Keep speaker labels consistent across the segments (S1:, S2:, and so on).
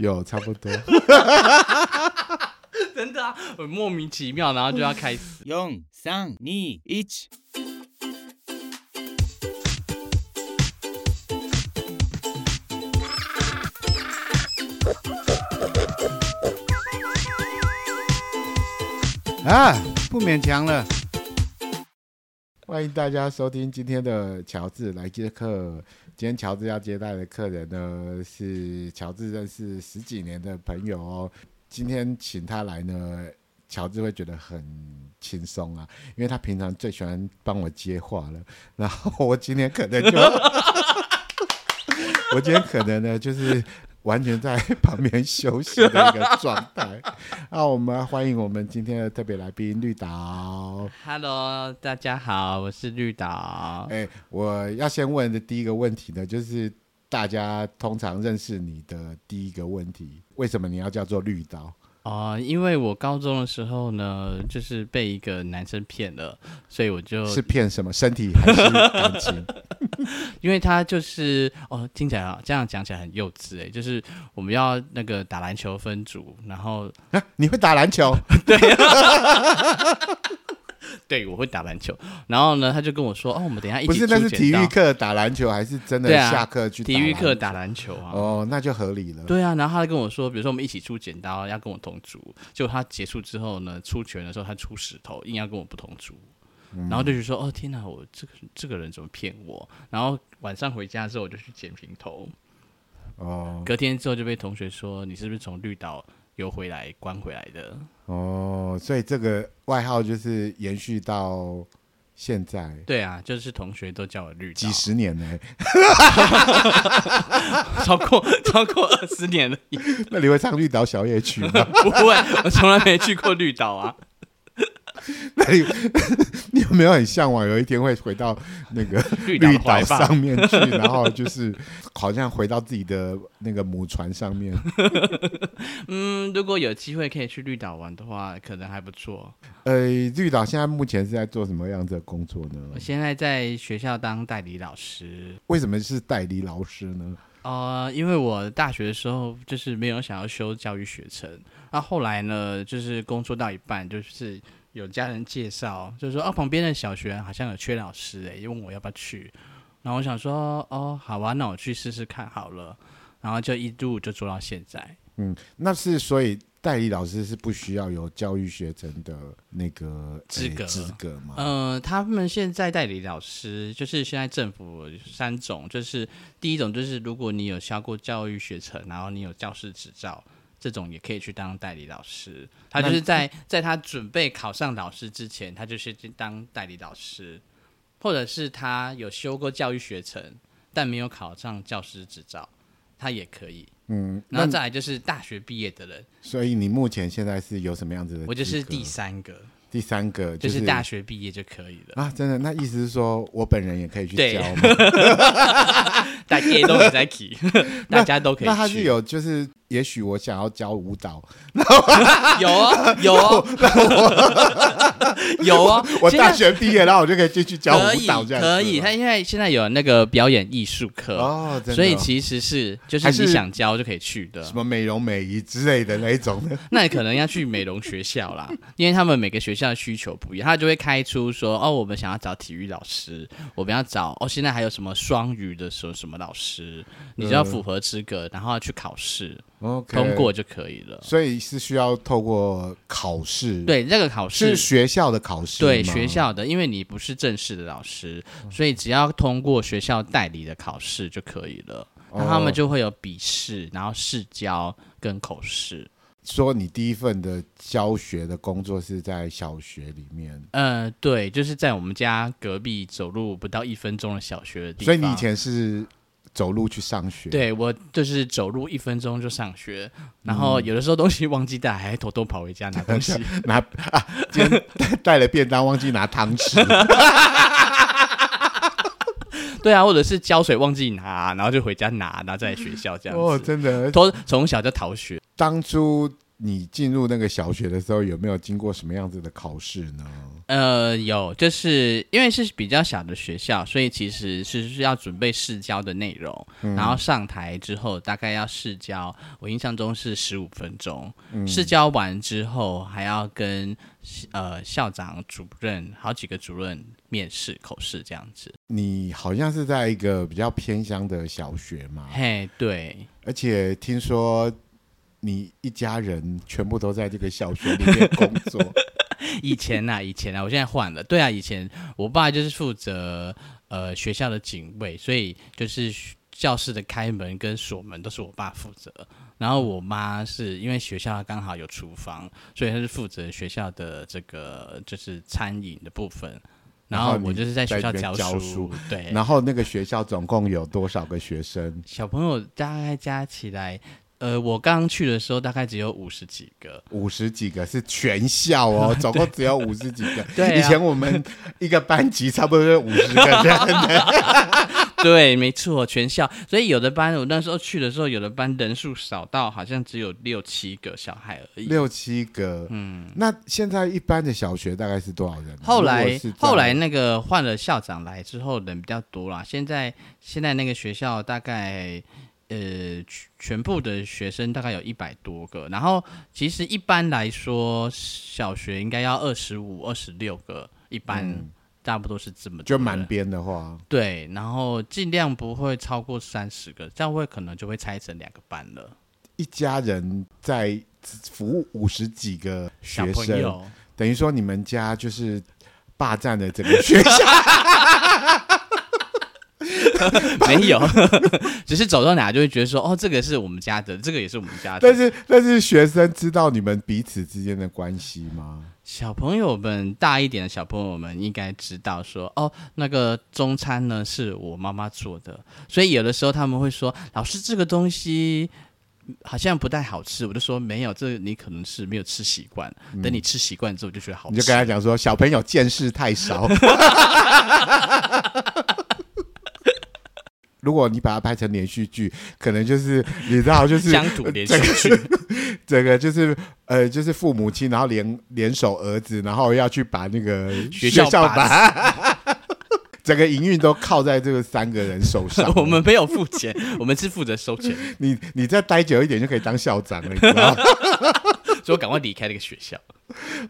S1: 有差不多。
S2: 真的啊，我莫名其妙，然后就要开 始。
S3: 四三二一。
S1: 啊，不勉强了。欢迎大家收听今天的乔治来接客。今天乔治要接待的客人呢，是乔治认识十几年的朋友哦。今天请他来呢，乔治会觉得很轻松啊，因为他平常最喜欢帮我接话了。然后我今天可能就， 我今天可能呢就是。完全在旁边休息的一个状态。那我们欢迎我们今天的特别来宾绿岛。
S2: Hello，大家好，我是绿岛。
S1: 哎、我要先问的第一个问题呢，就是大家通常认识你的第一个问题，为什么你要叫做绿岛？
S2: 哦、因为我高中的时候呢，就是被一个男生骗了，所以我就是
S1: 骗什么？身体还是感 情？
S2: 因为他就是哦，听起来啊，这样讲起来很幼稚哎，就是我们要那个打篮球分组，然后
S1: 啊你会打篮球？
S2: 对我会打篮球，然后呢，他就跟我说哦，我们等一下一
S1: 不
S2: 起
S1: 是，
S2: 出
S1: 那是体
S2: 剪刀
S1: 育课打篮球，还是真的
S2: 对啊
S1: 下课去打
S2: 体
S1: 篮
S2: 育课？打篮球啊。
S1: 哦，那就合理了。
S2: 对啊，然后他跟我说，比如说我们一起出剪刀，要跟我同组。结果他结束之后呢，出拳的时候他出石头，硬要跟我不同组。
S1: 嗯
S2: 然后就觉得说，哦天哪，我这个这个人怎么骗我？然后晚上回家之后我就去剪平头，
S1: 哦
S2: 隔天之后就被同学说你是不是从绿岛游回来关回来的？
S1: 哦，所以这个外号就是延续到现在
S2: 对啊，就是同学都叫我绿岛，
S1: 几十年呢、
S2: 超过 超过二十年了，
S1: 那你会唱绿岛小夜曲吗？
S2: 不会，我从来没去过绿岛啊。
S1: 那你 你有没有很向往有一天会回到那个
S2: 绿岛
S1: 绿
S2: 的
S1: 岛
S2: 怀抱
S1: 上面去，然后就是好像回到自己的那个母船上 面？
S2: 嗯，如果有机会可以去绿岛玩的话，可能还不错。
S1: 呃，绿岛现在目前是在做什么样子的工作呢？
S2: 我现在在学校当代理老师，
S1: 为什么是代理老师呢？
S2: 呃，因为我大学的时候就是没有想要修教育学程，那、后来呢，就是工作到一半，就是有家人介绍，就是说啊，旁边的小学好像有缺老师、欸，哎，问我要不要去，然后我想说，哦，好啊，那我去试试看好了，然后就一路就做到现在。
S1: 嗯，那是所以代理老师是不需要有教育学程的那个
S2: 资
S1: 呃
S2: 格
S1: 资格吗？
S2: 呃，他们现在代理老师就是现在政府有三种，就是第一种就是如果你有修过教育学程，然后你有教师执照，这种也可以去当代理老师。他就是在在他准备考上老师之前，他就是去当代理老师，或者是他有修过教育学程，但没有考上教师执照，他也可以。
S1: 嗯，那
S2: 然后再来就是大学毕业的人，
S1: 所以你目前现在是有什么样子的资格？
S2: 我就是第三个，
S1: 第三个，
S2: 就是是大学毕业就可以了。
S1: 啊，真的，那意思是说我本人也可以去
S2: 对
S1: 教 吗？
S2: 大家也都可以在 起，大家都可以去。
S1: 那他是有，就是也许我想要教舞蹈，
S2: 有哦，
S1: 。
S2: 有哦，有哦
S1: 我
S2: 现在
S1: 大学毕业，然后我就可以进去教
S2: 可
S1: 舞
S2: 以
S1: 蹈这样子吗
S2: 可以，他因为现在有那个表演艺术课，
S1: 哦，真的哦
S2: 所以其实是就是
S1: 还是
S2: 你想教就可以去的
S1: 什。么美容美仪之类的那一 种的，
S2: 那你可能要去美容学校啦，因为他们每个学校的需求不一样，他就会开出说哦，我们想要找体育老师，我们要找哦，现在还有什么双语的什么什么老师，你只要符合资格，然后去考试
S1: 嗯 OK
S2: 哦通过，就可以了。
S1: 所以是需要透过考试，，
S2: 对，这个考
S1: 是
S2: 试
S1: 学校的考试吗，嗯
S2: 对学校的，因为你不是正式的老师，所以只要通过学校代理的考试就可以了。那他
S1: 哦
S2: 们就会有笔试，然后试教跟口试。
S1: 说你第一份的教学的工作是在小学里面，
S2: 嗯、对，就是在我们家隔壁走路不到一分钟的小学的地方。
S1: 所以你以前是走路去上学，，
S2: 对我就是走路一分钟就上学，然后
S1: 嗯
S2: 有的时候东西忘记带，还偷偷跑回家拿东 西。
S1: 拿啊，今天 带带了便当忘记拿汤匙，
S2: 对啊，或者是胶水忘记
S1: 哦
S2: 拿，然后就回家拿，然后再来学校这样子。
S1: 哦，真的，
S2: 偷从小就逃学。
S1: 当初你进入那个小学的时候，有没有经过什么样子的考试呢？
S2: 呃，有，就是因为是比较小的学校，所以其实是是要准备试教的内容，然后上台之后大概要试教，我印象中是十五分钟，试教完之后还要跟呃校长、主任好几个主任面试、口试这样子。
S1: 你好像是在一个比较偏乡的小学嘛，
S2: 嘿，对，
S1: 而且听说你一家人全部都在这个小学里面工作，
S2: 以前呐、以前啊，我现在换了。对啊，以前我爸就是负责呃学校的警卫，所以就是教室的开门跟锁门都是我爸负责。然后我妈是因为学校刚好有厨房，所以她是负责学校的这个就是餐饮的部分。
S1: 然
S2: 然
S1: 后
S2: 后
S1: 你
S2: 我就是在学校
S1: 在那边
S2: 教
S1: 教
S2: 书
S1: 书，
S2: 对，
S1: 然后那个学校总共有多少个学生？
S2: 小朋友大概加起来，呃，我刚去的时候大概只有五十几个。
S1: 五十几个是全校 哦，总共只有五十几个。
S2: 对啊
S1: 以前我们一个班级差不多就五十个 人，
S2: 对，没错，全校。所以有的班我那时候去的时候，有的班人数少到好像只有六七个小孩而已。
S1: 六七个。嗯，那现在一般的小学大概是多少人啊？
S2: 后
S1: 如
S2: 来
S1: 果是这样
S2: 后来那个换了校长来之后，人比较多啦。现在现在那个学校大概。呃，全全部的学生大概有一百多个，然后其实一般来说，小学应该要二十五、二十六个，一般、差不多是这么多
S1: 嗯就
S2: 人
S1: 满编的话，
S2: 对，然后尽量不会超过三十个，这样会可能就会拆成两个班了。
S1: 一家人在服务五十几个
S2: 小
S1: 学
S2: 朋
S1: 生，
S2: 友，
S1: 等于说你们家就是霸占了整个 学校。
S2: 没有， 只是走到哪就会觉得说，哦，这个是我们家的，这个也是我们家的。
S1: 但是但是学生知道你们彼此之间的关系吗？
S2: 小朋友们大一点的小朋友们应该知道说，哦，那个中餐呢是我妈妈做的，所以有的时候他们会说，老师这个东西。好像不太好吃，我就说没有，这你可能是没有吃习惯。等你吃习惯之后，就觉得好
S1: 嗯
S2: 吃。
S1: 你就跟他讲说，小朋友见识太 少。如果你把它拍成连续剧，可能就是你知道，就是
S2: 乡土连续剧，
S1: 整个就是呃，就是父母亲，然后联联手儿子，然后要去把那个
S2: 学校
S1: 把整个营运都靠在这个三个人手上
S2: 。我们没有付钱，我们是负责收钱，
S1: 你你再待久一点就可以当校长了，你知 道吗
S2: 所以我赶快离开那个学 校，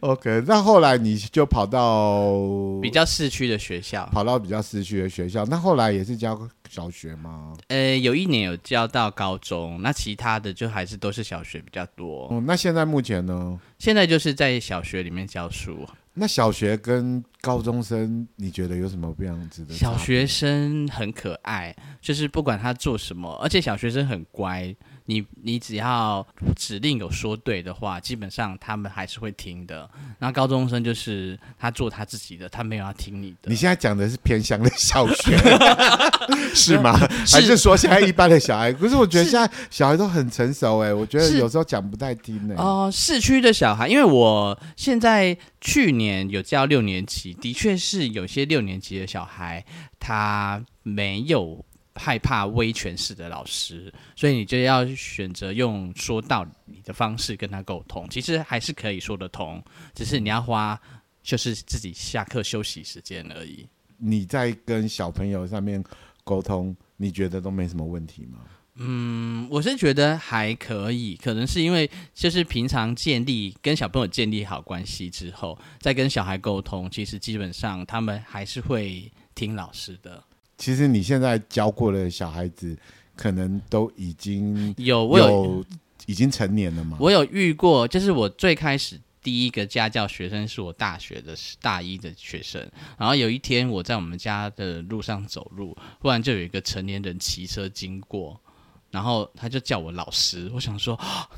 S1: ？OK，那后来你就跑到
S2: 比较市区的学校。
S1: 跑到比较市区的学校，那后来也是教小学吗？
S2: 呃，有一年有教到高中，那其他的就还是都是小学比较多。
S1: 嗯，那现在目前呢？
S2: 现在就是在小学里面教书，
S1: 那小学跟高中生，你觉得有什么不一样子的差别？
S2: 小学生很可爱，就是不管他做什么，而且小学生很乖。你你只要指令有说对的话，基本上他们还是会听的。那高中生就是他做他自己的，他没有要听你的。
S1: 你现在讲的是偏乡的小 学，是吗？还是说现在一般的小孩？可是我觉得现在小孩都很成熟哎、我觉得
S2: 是
S1: 有时候讲不太听哎、
S2: 哦，市区的小孩，因为我现在去年有教六年级，的确是有些六年级的小孩，他没有害怕威权式的老师，所以你就要选择用说道理的方式跟他沟通，其实还是可以说得通，只是你要花就是自己下课休息时间而已。
S1: 你在跟小朋友上面沟通，你觉得都没什么问题吗？
S2: 嗯，我是觉得还可以，可能是因为就是平常建立跟小朋友建立好关系之后，再跟小孩沟通，其实基本上他们还是会听老师的。
S1: 其实你现在教过的小孩子，可能都已经
S2: 有我有
S1: 已经成年了嘛？
S2: 我有遇过，就是我最开始第一个家教学生是我大学的大一的学生，然后有一天我在我们家的路上走路，忽然就有一个成年人骑车经过，然后他就叫我老师，我想说， 啊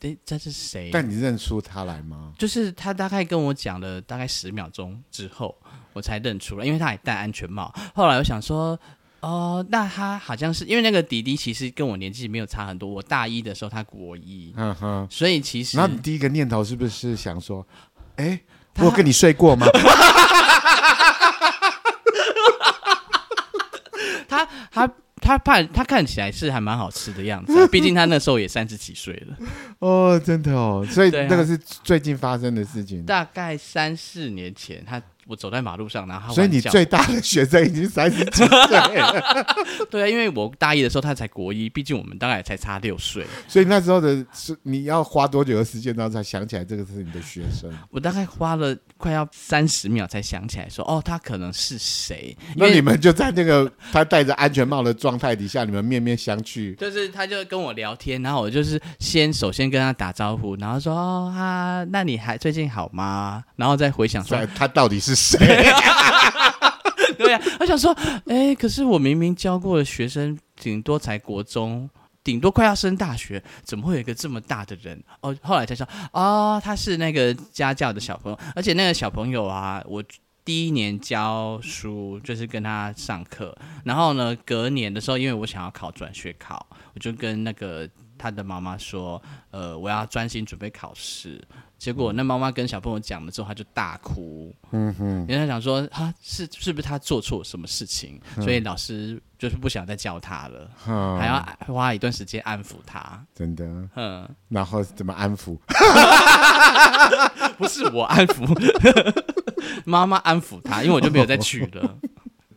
S2: 这这是谁？
S1: 但你认出他来吗？
S2: 就是他大概跟我讲了大概十秒钟之后，我才认出来，因为他还戴安全帽。后来我想说，哦，那他好像是因为那个弟弟其实跟我年纪没有差很多，我大一的时候他国一，
S1: 嗯哼。
S2: 所以其实
S1: 然后你第一个念头是不是想说，哎、
S2: 他
S1: 我有跟你睡过 吗？
S2: 他他他看他看起来是还蛮好吃的样 子、啊，毕竟他那时候也三十几岁了，
S1: 哦，真的哦，所以
S2: 对啊
S1: 那个是最近发生的事情。
S2: 大概三四年前，他我走在马路上，然后他
S1: 所以你
S2: 玩脚
S1: 最大的学生已经三十几岁了，
S2: 对啊，因为我大一的时候他才国一，毕竟我们大概才差六岁，
S1: 所以那时候的是你要花多久的时间，然后才想起来这个是你的学生？
S2: 我大概花了快要三十秒才想起来说，哦，他可能是谁？因
S1: 那
S2: 为
S1: 你们就在那个他戴着安全帽的状态底下，你们面面相觑。
S2: 就是他就跟我聊天，然后我就是先首先跟他打招呼，然后说哦啊，那你还最近好吗？然后再回想说
S1: 在，他到底是谁？
S2: 对呀、我想说，哎、可是我明明教过的学生顶多才国中。顶多快要升大学，怎么会有一个这么大的人？哦，后来才说，哦，他是那个家教的小朋友，而且那个小朋友啊，我第一年教书就是跟他上课，然后呢，隔年的时候，因为我想要考转学考，我就跟那个他的妈妈说，呃，我要专心准备考试。结果那妈妈跟小朋友讲了之后，他就大哭，
S1: 嗯哼，
S2: 人家想说他是是不是他做错什么事情，
S1: 嗯
S2: 所以老师就是不想再教他了，
S1: 哼
S2: 还要花一段时间安抚他。
S1: 真的，
S2: 嗯，
S1: 然后怎么安抚？
S2: 不是我安抚， 妈妈安抚他，因为我就没有再去 了。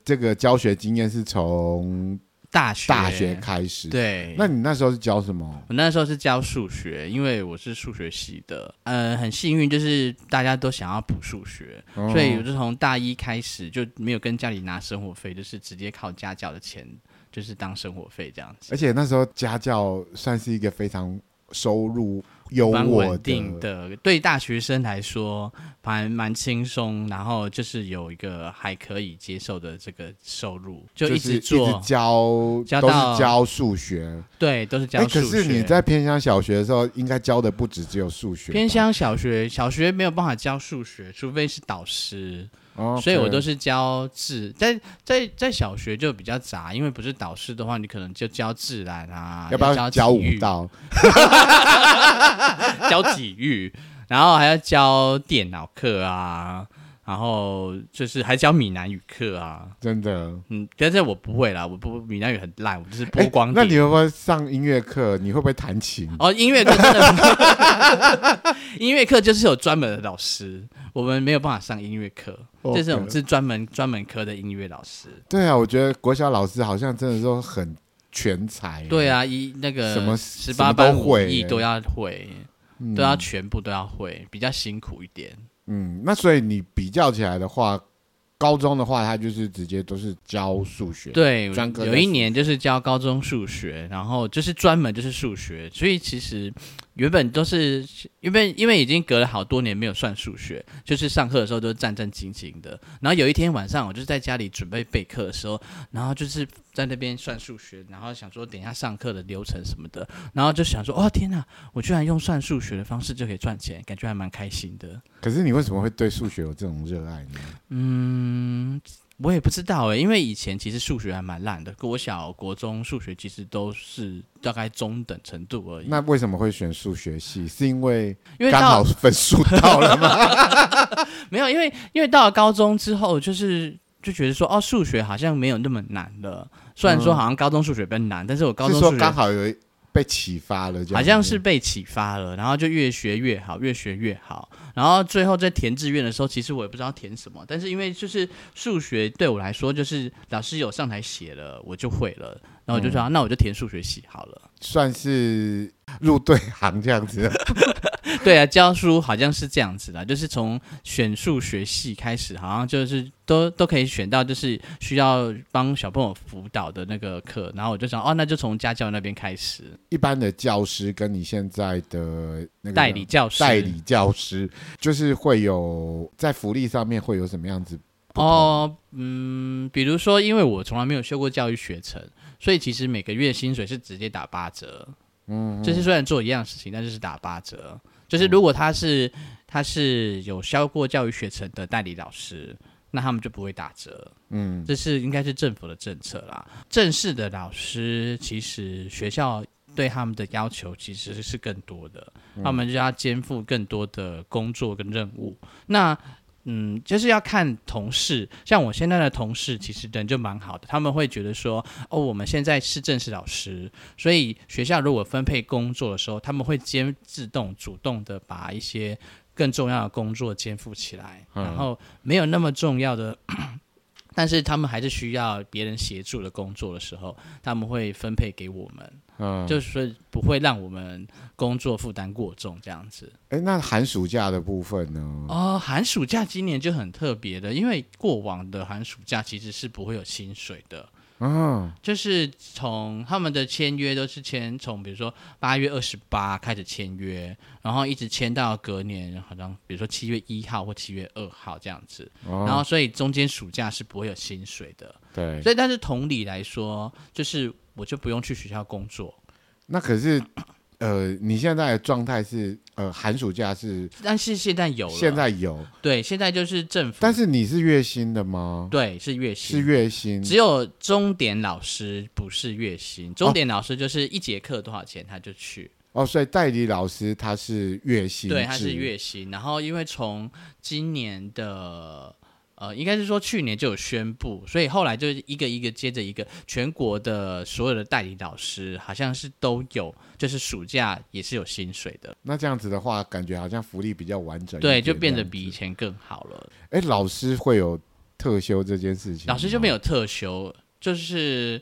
S1: 这个教学经验是从
S2: 大学，
S1: 大学开始。，
S2: 对，
S1: 那你那时候是教什么？
S2: 我那时候是教数学，因为我是数学系的，呃，很幸运，就是大家都想要补数学，
S1: 哦
S2: 所以我就从大一开始就没有跟家里拿生活费，就是直接靠家教的钱，就是当生活费这样子
S1: 而。且那时候家教算是一个非常收入优
S2: 蛮
S1: 渥
S2: 稳定的，对大学生来说蛮蛮轻松，然后就是有一个还可以接受的这个收入，就一
S1: 是
S2: 直
S1: 一
S2: 做，
S1: 直教，
S2: 教
S1: 都
S2: 到
S1: 是教数学。
S2: 对，都是教
S1: 哎，
S2: 数学。
S1: 可是你在偏乡小学的时候，应该教的不止只有数学吧。
S2: 偏乡小学，小学没有办法教数学，除非是导师，
S1: 哦，
S2: 所以我都
S1: 是
S2: 是教自，在在在小学就比较杂，因为不是导师的话，你可能就教自然啊，
S1: 要不要教
S2: 教
S1: 舞
S2: 体育？
S1: 蹈？
S2: 教体育，然后还要教电脑课啊，然后就是还教闽南语课啊。
S1: 真的。
S2: 嗯，但是我不会啦，我不闽南语很烂，我就是波
S1: 哎
S2: 光
S1: 那
S2: 点。
S1: 你会不会上音乐课？你会不会弹琴？
S2: 哦，音乐课真的，音乐课就是有 专门的老师，我们没有办法上音乐课，这是我们
S1: OK
S2: 是专门专门科的音乐老师。
S1: 对啊，我觉得国小老师好像真的都很全才。
S2: 对，啊，一那
S1: 嗯
S2: 个
S1: 什么什
S2: 十
S1: 么
S2: 八
S1: 都
S2: 班武
S1: 会嗯
S2: 艺
S1: 欸
S2: 都要会，都要全部都要会，比较辛苦一点。
S1: 嗯，那所以你比较起来的话，高中的话，他就是直接都是教数学。，
S2: 对，
S1: 专科
S2: 有
S1: 在
S2: 一
S1: 数
S2: 年就是教高中数学，然后就是专门就是数学，所以其实原本都是原本因为已经隔了好多年没有算数学，就是上课的时候都战战兢兢的。然后有一天晚上，我就是在家里准备备课的时候，然后就是在那边算数学，然后想说等一下上课的流程什么的，然后就想说哦天哪，我居然用算数学的方式就可以赚钱，感觉还蛮开心的。
S1: 可是你为什么会对数学有这种热爱呢？
S2: 嗯，我也不知道哎、因为以前其实数学还蛮烂的，国小、国中数学其实都是大概中等程度而已。
S1: 那为什么会选数学系？是因为
S2: 因为
S1: 刚好
S2: 到
S1: 分数到了吗？
S2: 没有，因为因为到了高中之后，就是就觉得说哦，数学好像没有那么难了。虽然说
S1: 嗯
S2: 好像高中数学比较难，但是我 高
S1: 是
S2: 中
S1: 说
S2: 数
S1: 刚
S2: 学。
S1: 好有被启发了这样子，
S2: 好像是被启发了，然后就越学越好，越学越好。然后最后在填志愿的时候，其实我也不知道填什么，但是因为就是数学对我来说，就是老师有上台写了，我就会了，然后我就
S1: 嗯
S2: 说、啊那我就填数学系好了。
S1: 算是入对行这样子。
S2: 对啊，教书好像是这样子的，就是从选数学系开始，好像就是都都可以选到，就是需要帮小朋友辅导的那个课。然后我就想，哦，那就从家教那边开始，
S1: 一般的教师跟你现在的那个
S2: 代理教师，
S1: 代理教师，就是会有在福利上面会有什么样子不同？
S2: 哦，嗯，比如说，因为我从来没有修过教育学程，所以其实每个月薪水是直接打八折。嗯，就是虽然做一样的事情，但就是打八折。就是
S1: 嗯
S2: 如果他是他是有修过教育学程的代理老师，那他们就不会打折。
S1: 嗯，
S2: 这是应该是政府的政策啦。正式的老师其实学校对他们的要求其实
S1: 嗯
S2: 是更多的，他们就要肩负更多的工作跟任务。那嗯，就是要看同事。像我现在的同事，其实人就蛮好的，他们会觉得说，哦，我们现在是正式老师，所以学校如果分配工作的时候，他们会兼自动主动的把一些更重要的工作肩负起来，
S1: 嗯
S2: 然后没有那么重要的。 但是他们还是需要别人协助的工作的时候，他们会分配给我们，
S1: 嗯，
S2: 就是说不会让我们工作负担过重这样子。
S1: 哎，那寒暑假的部分呢？
S2: 哦，寒暑假今年就很特别的，因为过往的寒暑假其实是不会有薪水的，
S1: 嗯，
S2: 就是从他们的签约都是签从比如说八月二十八开始签约，然后一直签到隔年，好像比如说七月一号或七月二号这样子，
S1: 哦
S2: 然后所以中间暑假是不会有薪水的，
S1: 对，
S2: 所以但是同理来说，就是我就不用去学校工作，
S1: 那可是呃，你现在的状态是呃，寒暑假是
S2: 但是现在有了，
S1: 现在有，
S2: 对现在就是政府，
S1: 但是你是月薪的吗？
S2: 对是月薪
S1: 是月薪，
S2: 只有钟点老师不是月薪，钟点老师就是一节课多少钱他就去，
S1: 哦，所以代理老师他是月薪制，
S2: 对，他是月薪。然后因为从今年的呃，应该是说去年就有宣布，所以后来就是一个一个接着一个，全国的所有的代理老师好像是都有，就是暑假也是有薪水的，
S1: 那这样子的话，感觉好像福利比较完整一点这
S2: 对，
S1: 样子，
S2: 就变得比以前更好了。
S1: 哎，老师会有特休这件事情吗，
S2: 老师就没有特休，就是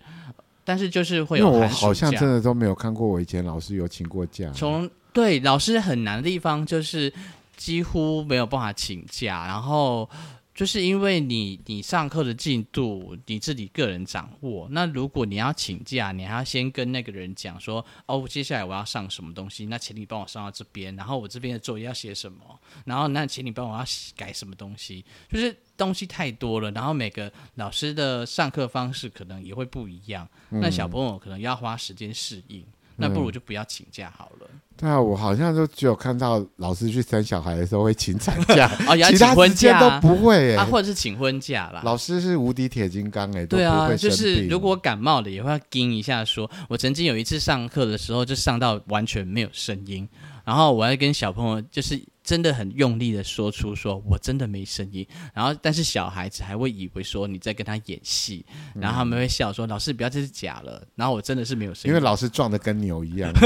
S2: 但是就是会
S1: 因为
S2: 有
S1: 我
S2: 寒暑
S1: 好像
S2: 假
S1: 真的都没有看过，我以前老师有请过假。
S2: 从对老师很难的地方就是几乎没有办法请假，然后就是因为你你上课的进度你自己个人掌握，那如果你要请假，你还要先跟那个人讲说哦，接下来我要上什么东西，那请你帮我上到这边，然后我这边的作业要写什么，然后那请你帮我要改什么东西，就是东西太多了，然后每个老师的上课方式可能也会不一样，
S1: 嗯
S2: 那小朋友可能要花时间适应。那不如就不要请假好了。
S1: 对啊，我好像就只有看到老师去生小孩的时候会请 产假，
S2: 哦，也要
S1: 其
S2: 请
S1: 他
S2: 婚
S1: 时间
S2: 假
S1: 都不会耶、
S2: 啊，或者是请婚假啦。
S1: 老师是无敌铁金刚哎、都
S2: 对
S1: 不
S2: 啊，
S1: 会
S2: 就
S1: 生
S2: 是
S1: 病
S2: 如果感冒了也会要盯一下说。我曾经有一次上课的时候，就上到完全没有声音，然后我还跟小朋友就是真的很用力的说出说我真的没声音，然后但是小孩子还会以为说你在跟他演戏，
S1: 嗯
S2: 然后他们会笑说、老师不要这是假了，然后我真的是没有声音，
S1: 因为老师撞的跟牛一样，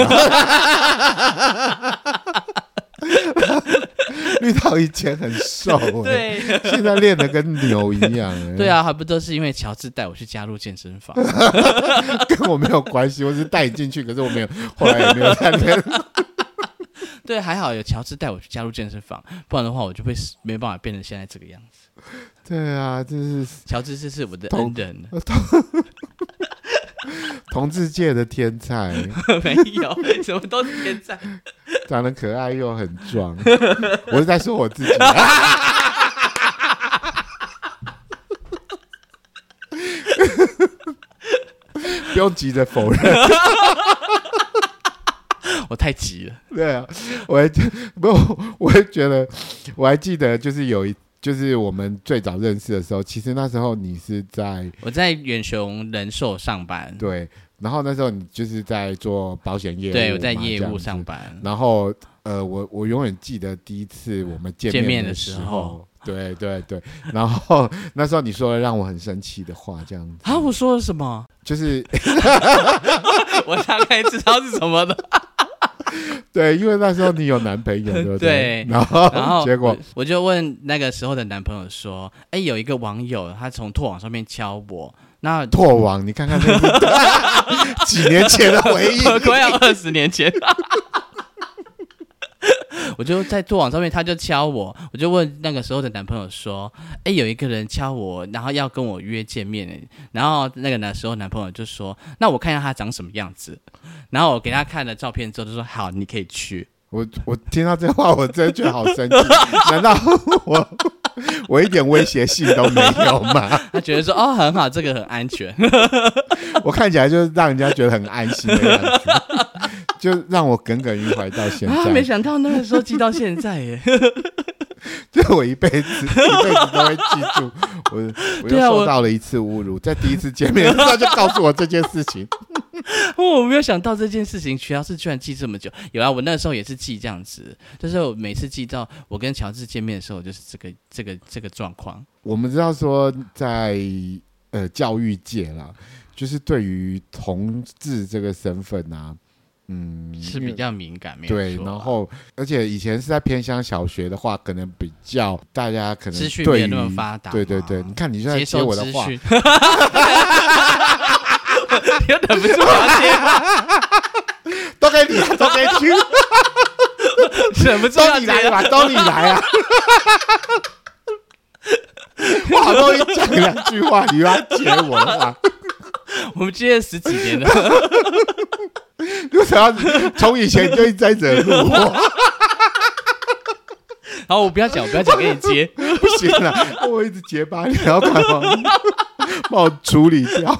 S1: 遇到以前很瘦、欸，，
S2: 对。
S1: 现在练的跟牛一样、欸，
S2: 对，啊，还不都是因为乔治带我去加入健身房？
S1: 跟我没有关系，我只是带你进去，可是我没有，后来也没有在练。
S2: 对，还好有乔治带我去加入健身房，不然的话我就会没办法变成现在这个样子。
S1: 对啊，就是
S2: 乔治这是我的
S1: 同
S2: 恩 人，
S1: 同志界的天才，
S2: 没有，什么都是天在。
S1: 长得可爱又很壮。我是在说我自己、 啊。不用急着否认，
S2: 我太急了，
S1: 对啊，我还不，我还觉得，我还记得，就是有一，就是我们最早认识的时候，其实那时候你是在
S2: 我在远雄人寿上班，
S1: 对，然后那时候你就是在做保险业务嘛，
S2: 对我在业
S1: 这样
S2: 务
S1: 子
S2: 上班，
S1: 然后呃，我我永远记得第一次我们见
S2: 见面
S1: 的
S2: 的
S1: 时
S2: 时候，
S1: 对对对。然后那时候你说了让我很生气的话，这样子
S2: 啊，我说了什么？
S1: 就是
S2: 我大概知道是什么了。
S1: 对，因为那时候你有男朋 友，对不
S2: 对
S1: 然后
S2: 然 后
S1: 结果
S2: 我我就问那个时候的男朋友说：“哎，有一个网友他从拓网上面敲我，那
S1: 拓网，你看看那是 几年前的回忆，
S2: 快要二十年前。 我就在做网上面，他就敲我，我就问那个时候的男朋友说：“哎、有一个人敲我，然后要跟我约见面。”然后那个那时候男朋友就说：“那我看一下他长什么样子。”然后我给他看了照片之后，就说：“好，你可以去。
S1: 我我听到这话，我真的觉得好生 气。难道我我一点威胁性都没有吗？”
S2: 他觉得说：“哦，很好，这个很安全。
S1: 我看起来就是让人家觉得很安心的样 子，就让我耿耿于怀到”现在。
S2: 啊， 没想到那个时候记到现在耶。
S1: 对我一辈子一辈子都会记住。我我又
S2: 对啊
S1: 受
S2: 我
S1: 到了一次侮辱，在第一次见面的时候就告诉我这件事情。
S2: 哦我没有想到这件事情，乔治居然记这么久。有啊，我那时候也是记这样子，就是我每次记到我跟乔治见面的时候，我就是这个这个这个状况。
S1: 我们知道说在，呃教育界啦，就是对于同志这个身份啊，嗯，
S2: 是
S1: 因为
S2: 比较敏感，没有
S1: 对，
S2: 错啊
S1: 然后而且以前是在偏乡小学的话，可能比较大家可能
S2: 资讯
S1: 对
S2: 没有那么
S1: 于
S2: 发达
S1: 对对
S2: 嘛
S1: 对，你看你就在
S2: 接
S1: 接
S2: 收
S1: 我的
S2: 资
S1: 话，
S2: 讯， 又忍不住想要
S1: 都给你啊，都给你，
S2: 接，忍不住
S1: 都
S2: 要
S1: 你
S2: 接啊
S1: 来吧，都你来 啊！我好不容易讲两句话，你又要接我的话，
S2: 我们接了十几年了，
S1: 为什么要从以前就一直在惹怒我？
S2: 好，我不要讲，我不要讲，给你接。
S1: 不行了，我一直结巴，你要干 嘛？把我处理掉。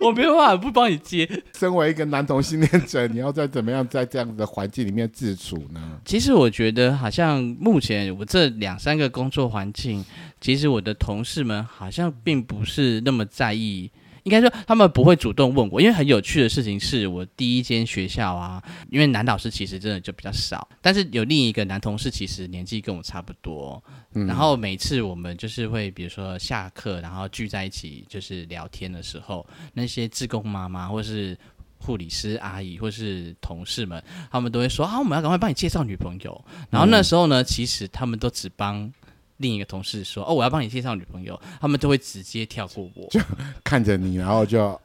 S2: 我没有办法不帮你接。
S1: 身为一个男同性恋者，你要在怎么样在这样子的环境里面自处呢？
S2: 其实我觉得，好像目前我这两三个工作环境，其实我的同事们好像并不是那么在意。应该说，他们不会主动问我，因为很有趣的事情是我第一间学校啊，因为男老师其实真的就比较少，但是有另一个男同事，其实年纪跟我差不多，然后每次我们就是会，比如说下课，然后聚在一起就是聊天的时候，那些志工妈妈或是护理师阿姨或是同事们，他们都会说啊，我们要赶快帮你介绍女朋友。然后那时候呢，其实他们都只帮另一个同事说哦，我要帮你介绍女朋友，他们都会直接跳过我。
S1: 看着你，然后就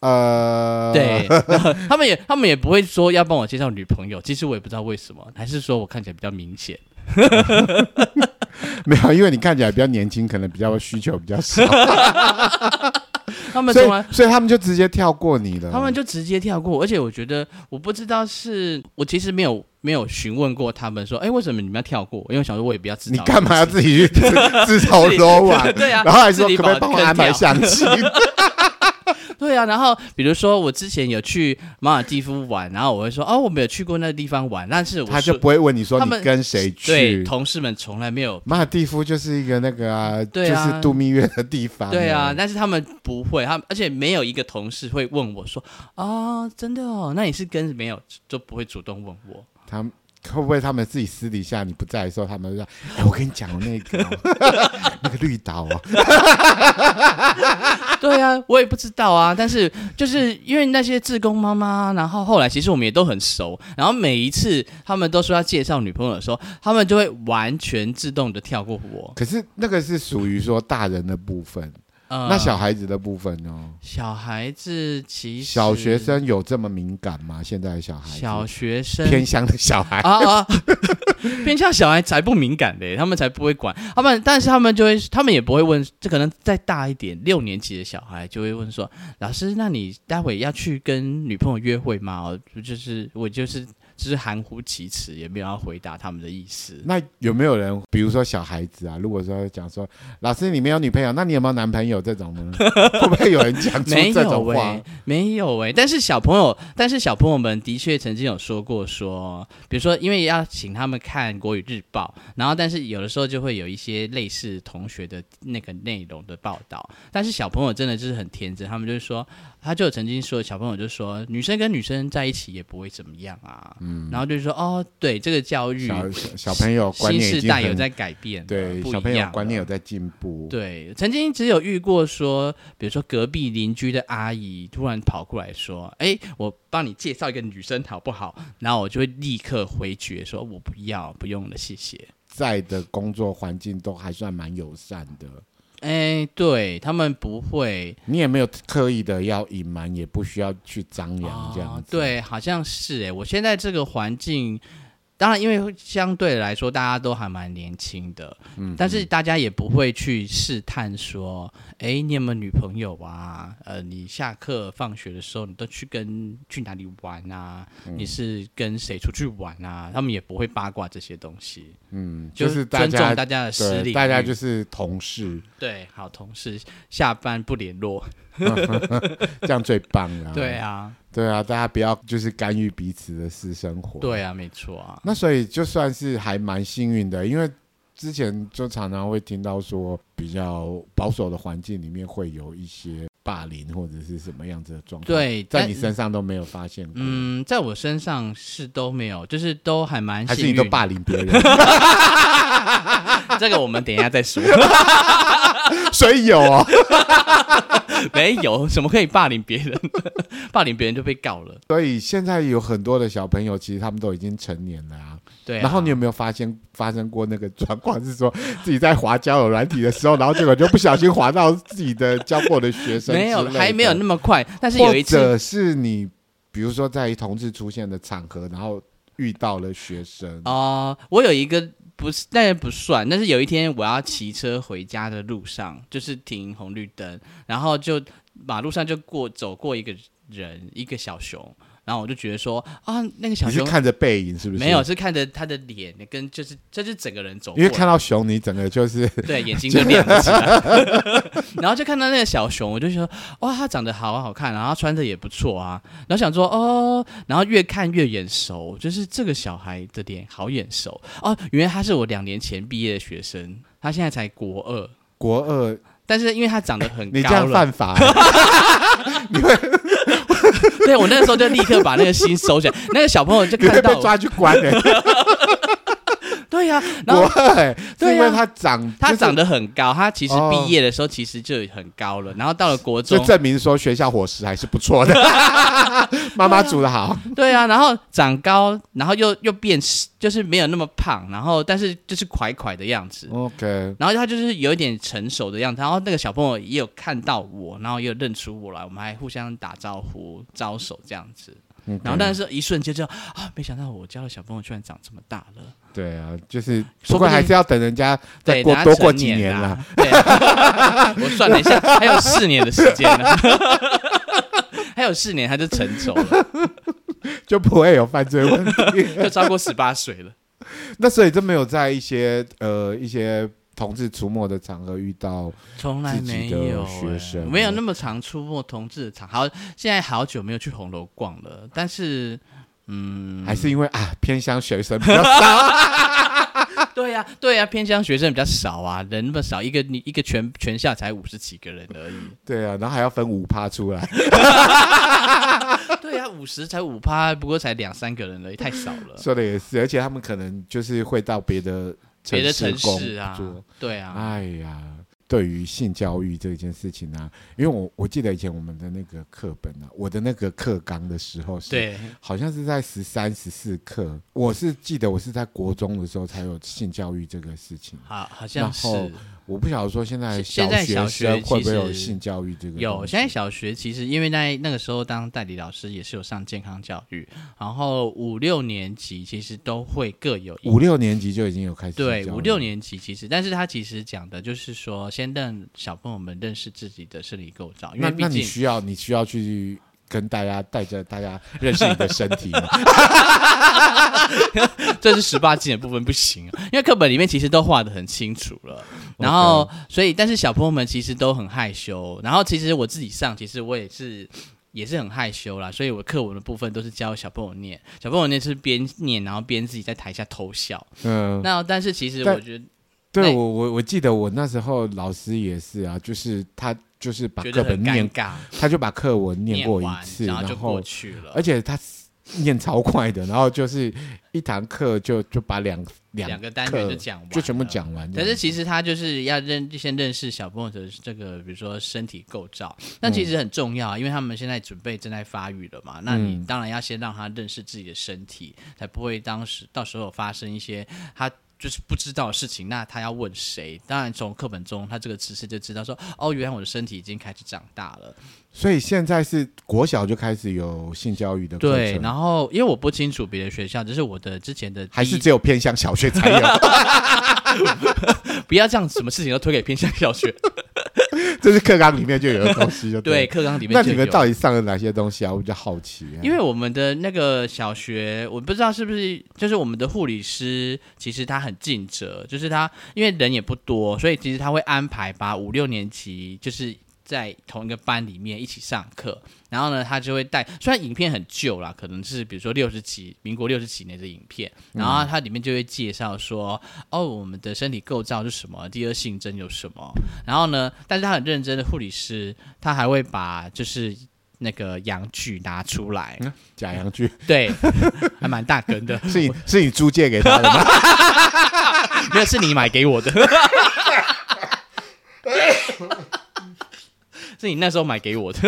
S1: 呃，
S2: 对， 他们也他们也不会说要帮我介绍女朋友，其实我也不知道为什么，还是说我看起来比较明显。
S1: 没有，因为你看起来比较年轻，可能比较需求比较少，
S2: 他们
S1: 所以
S2: 从来
S1: 所以他们就直接跳过你了。
S2: 他们就直接跳过，而且我觉得我不知道是我其实没有没有询问过他们说，哎，为什么你们要跳过？因为我想说我也不要知道
S1: 你干嘛要
S2: 己？
S1: 自己去自自投罗网
S2: 对啊，
S1: 然后还说
S2: 自己
S1: 可不可以帮我安排
S2: 把
S1: 相亲？
S2: 对啊，然后比如说我之前有去马尔蒂夫玩，然后我会说哦，我没有去过那个地方玩，但是 我
S1: 他就是不会问你说
S2: 他
S1: 你
S2: 们
S1: 跟谁
S2: 对
S1: 去。
S2: 同事们从来没有。
S1: 马尔蒂夫就是一个那个啊，就
S2: 对啊
S1: 是度蜜月的地方。
S2: 对啊，，但是他们不会，他们而且没有一个同事会问我说啊、真的哦，那你是跟没有就不会主动问我。
S1: 他们会不会他们自己私底下你不在的时候，他们就说：“哎，我跟你讲，我那个 哦那个绿岛哦，
S2: 对啊，我也不知道啊，但是就是因为那些志工妈妈，然后后来其实我们也都很熟，然后每一次他们都说要介绍女朋友的时候，他们就会完全自动的跳过我。
S1: 可是那个是属于说大人的部分，
S2: 呃
S1: 那小孩子的部分哦，
S2: 小孩子其实
S1: 小学生有这么敏感吗？现在的小孩子，
S2: 小学生
S1: 偏乡的小孩，
S2: 啊 啊，偏向小孩才不敏感的，他们才不会管他们，但是他们就会，他们也不会问，这可能再大一点，六年级的小孩就会问说，老师，那你待会要去跟女朋友约会吗？哦就是我就是只是含糊其辞，也没有要回答他们的意思。
S1: 那有没有人，比如说小孩子啊，如果说讲说老师你没有女朋友，那你有没有男朋友这种呢？ 会不会有人 讲出
S2: 没
S1: 这
S2: 有
S1: 种
S2: 喂、
S1: 话？
S2: 没有喂、但是小朋友，但是小朋友们的确曾经有说过说，比如说因为要请他们看国语日报，然后但是有的时候就会有一些类似同学的那个内容的报道，但是小朋友真的就是很天真，他们就是说，他就曾经说小朋友就说女生跟女生在一起也不会怎么样啊，然后就说哦，对这个教育
S1: 小小朋友观
S2: 新
S1: 念已
S2: 时
S1: 经
S2: 代有
S1: 很
S2: 在改变了，
S1: 对，
S2: 不一
S1: 小朋友
S2: 样
S1: 观念
S2: 了
S1: 有在进步。
S2: 对，曾经只有遇过说，比如说隔壁邻居的阿姨突然跑过来说：“哎，我帮你介绍一个女生好不好？”然后我就会立刻回绝说：“我不要，不用了，谢谢。
S1: 在的工作环境都还算蛮友善的，”
S2: 哎，对他们不会
S1: 你也没有刻意的要隐瞒，也不需要去张扬这样
S2: 哦
S1: 子。，
S2: 对，好像是哎，我现在这个环境。当然，因为相对来说，大家都还蛮年轻的，嗯，但是大家也不会去试探说，哎，你有没有女朋友啊？呃，你下课放学的时候，你都去跟去哪里玩啊？
S1: 嗯
S2: 你是跟谁出去玩啊？他们也不会八卦这些东西，
S1: 嗯，就是大
S2: 尊重
S1: 家
S2: 大家的私嗯
S1: 对
S2: 领
S1: 大家
S2: 域
S1: 就是同事，
S2: 对好同事下班不联络，
S1: 啊这样最棒了。
S2: 对，啊，
S1: 对啊，大家不要就是干预彼此的私生活。
S2: 对啊，没错啊，
S1: 那所以就算是还蛮幸运的，因为之前就常常会听到说，比较保守的环境里面会有一些霸凌或者是什么样子的状况？，
S2: 对，
S1: 在
S2: 但
S1: 你身上都没有发现过，
S2: 嗯，在我身上是都没有，就是都还蛮
S1: 还是
S2: 嗯幸
S1: 你
S2: 运
S1: 都霸凌别 人？
S2: 这个我们等一下 再说。
S1: 所以有哦，
S2: 没有，怎么可以霸凌别人？ 霸凌别人就被告了。
S1: 所以现在有很多的小朋友，其实他们都已经成年了啊。
S2: 对啊、
S1: 然后你有没有发现发生过那个状况，是说自己在滑交友软体的时候，然后结果就不小心滑到自己的教过的学生之类的，
S2: 没有，还没有那么快。但是
S1: 或
S2: 有一次，
S1: 者是你，比如说在同志出现的场合，然后遇到了学生，
S2: 哦、我有一个不是，那不算。但是有一天我要骑车回家的路上，就是停红绿灯，然后就马路上就过走过一个人，一个小熊，然后我就觉得说啊，那个小
S1: 你是
S2: 熊
S1: 看着背影是不是？
S2: 没有，，是看着他的脸跟就是这就是整个人走过
S1: 因
S2: 来，
S1: 为看到熊，你整个就是
S2: 对，眼睛就亮了起来， 然后就看到那个小熊，我就说，哇，它长得好好看，然后它穿着也不错啊，然后想说，哦，然后越看越眼熟，就是这个小孩的脸好眼熟哦，原来他是我两年前毕业的学生，他现在才国二，
S1: 国二，
S2: 但是因为他长得很
S1: 你这
S2: 高
S1: 样
S2: 了，
S1: 犯 法、
S2: 对我那个时候就立刻把那个心收 起来，那个小朋友就
S1: 你会
S2: 看到
S1: 被
S2: 我，
S1: 抓去关的、
S2: 对呀、 然
S1: 国
S2: 后
S1: 二、欸，是
S2: 对啊
S1: 因为他长，
S2: 他
S1: 就是
S2: 长得很高，他其实
S1: 哦
S2: 毕业的时候其实就很高了，然后到了国
S1: 就
S2: 中，
S1: 证明说学校伙食还是不错 的，妈妈煮的好。
S2: 对啊，然后长高，然后又又变，就是没有那么胖，然后但是就是垮垮的样子。
S1: OK，
S2: 然后他就是有一点成熟的样子，然后那个小朋友也有看到我，然后也有认出我来，我们还互相打招呼、招手这样子。然后但是一瞬间就啊，没想到我家的小朋友居然长这么大了，
S1: 对啊，就是不
S2: 说不
S1: 过
S2: 定
S1: 还是要等人家再
S2: 对，
S1: 过
S2: 等他
S1: 多过
S2: 成
S1: 几年
S2: 啦
S1: 了。。
S2: 对， 我算了一下，还有四年的时间呢， 还有四年他就成熟了，
S1: 就不会有犯罪问题。
S2: 就超过十八岁了。
S1: 那所以真没有在一些呃一些同志出没的场合遇到，
S2: 从来没
S1: 自己
S2: 有、
S1: 的学
S2: 欸，
S1: 生
S2: 没有那么常出没同志的场。好，现在好久没有去红楼逛了，但是，嗯，
S1: 还是因为啊偏向学生比较少。
S2: 啊对呀、对呀、偏乡学生比较少啊，人那么少，一个你一个全全校才五十几个人 而已。
S1: 对啊，然后还要分五趴出 来，
S2: 对呀、五十才五趴，不过才两三个人而已，太少了。
S1: 说的也是，而且他们可能就是会到别的
S2: 别的
S1: 城
S2: 城
S1: 工
S2: 市啊
S1: 作。，
S2: 对啊，
S1: 哎呀，对于性教育这件事情啊，因为我我记得以前我们的那个课本啊，我的那个课纲的时候是
S2: 对，
S1: 好像是在十三、十四课，我是记得我是在国中的时候才有性教育这个事情。
S2: 好，好像是
S1: 然后我不晓得说现在
S2: 现在
S1: 学
S2: 小学
S1: 生
S2: 其
S1: 会不会有
S2: 实
S1: 性教育这个东西？
S2: 有，现在小学其实因为在那个时候当代理老师也是有上健康教育，然后五六年级其实都会各有一
S1: 五六年级就已经有开始性教育
S2: 对，五六年级其实，但是他其实讲的就是说，先让小朋友们认识自己的生理构造，因
S1: 那
S2: 为毕
S1: 那你
S2: 竟
S1: 需要你需要去跟大家带着大家认识你的身体 吗？
S2: 这是十八禁的部分不行、啊，因为课本里面其实都画的很清楚了。然后，所以但是小朋友们其实都很害羞。然后，其实我自己上，其实我也是。也是很害羞啦，所以我课文的部分都是教小朋友念，小朋友念是边念，然后边自己在台下偷笑。
S1: 嗯，
S2: 那但是其实
S1: 但
S2: 我觉得
S1: 对
S2: 那
S1: 我我我记得我那时候老师也是啊，就是他就是把
S2: 觉
S1: 课
S2: 得
S1: 本
S2: 很
S1: 念
S2: 尴，尬，
S1: 他就把课文念
S2: 念
S1: 过
S2: 完
S1: 一次，
S2: 然
S1: 然
S2: 后就过去了。
S1: 而且他念超快的，然后就是一堂课就就把两
S2: 两
S1: 两
S2: 个单元
S1: 课
S2: 就讲完，
S1: 就全部。讲完这
S2: 可
S1: 样子。
S2: 是其实他就是要认先认识小朋友的这个，比如说身体构造，那
S1: 嗯
S2: 其实很重要啊，因为他们现在准备正在发育了嘛，那
S1: 嗯
S2: 你当然要先让他认识自己的身体，才不会当时到时候发生一些他。就是不知道的事情，那他要问谁？当然，从课本中他这个知识就知道说，哦，原来我的身体已经开始长大了。
S1: 所以现在是国小就开始有性教育的课
S2: 对，
S1: 程，
S2: 然后因为我不清楚别的学校，只是我的之前的
S1: 还
S2: 第
S1: 是
S2: 一
S1: 只有偏向小学才 有，
S2: 不要这样，什么事情都推给偏向 小学。
S1: 这是课纲里面就有的东西就对。
S2: 对，课纲里面
S1: 那
S2: 就
S1: 你们
S2: 有
S1: 到底上了哪些东西啊？我比较好奇、啊。
S2: 嗯因为我们的那个小学，我不知道是不是就是我们的护理师，其实他很尽责，就是他因为人也不多，所以其实他会安排把五六年级就是在同一个班里面一起上课，然后呢，他就会带，虽然影片很旧啦，可能是比如说六十几，民国六十几年的影片，然后它里面就会介绍说，哦，我们的身体构造是什么，第二性征有什么，然后呢，但是他很认真的护理师，他还会把就是那个阳具拿出来，
S1: 假洋具
S2: 对， 还蛮大根的，
S1: 是你是你租借给他的 吗？
S2: 那是你买给我的，是你那时候买给我的。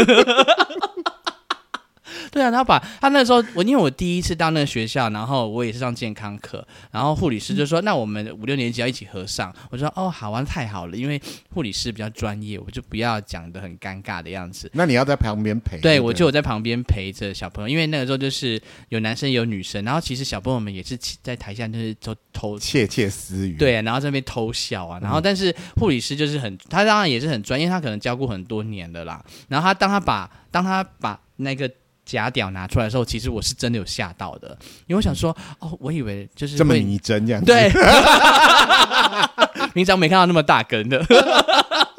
S2: 对啊，他把他那时候我因为我第一次到那个学校，然后我也是上健康课，然后护理师就
S1: 嗯
S2: 说：“那我们五六年级要一起合上。”我说：“哦，好啊，太好了，因为护理师比较专业，我就不要讲的很尴尬的样子。”
S1: 那你要在旁边陪。
S2: 对，
S1: 不
S2: 我就有在旁边陪着小朋友，因为那个时候就是有男生有女生，然后其实小朋友们也是在台下就是偷偷
S1: 窃窃私语。，
S2: 对，然后在那边偷笑啊，然
S1: 嗯
S2: 后但是护理师就是很，他当然也是很专业，他可能教过很多年的啦。然后他当他把当他把那个假屌拿出来的时候，其实我是真的有吓到的，因为我想说，哦，我以为就是
S1: 这么
S2: 会
S1: 拟真这样子。
S2: 对， 平常没看到那么大根的。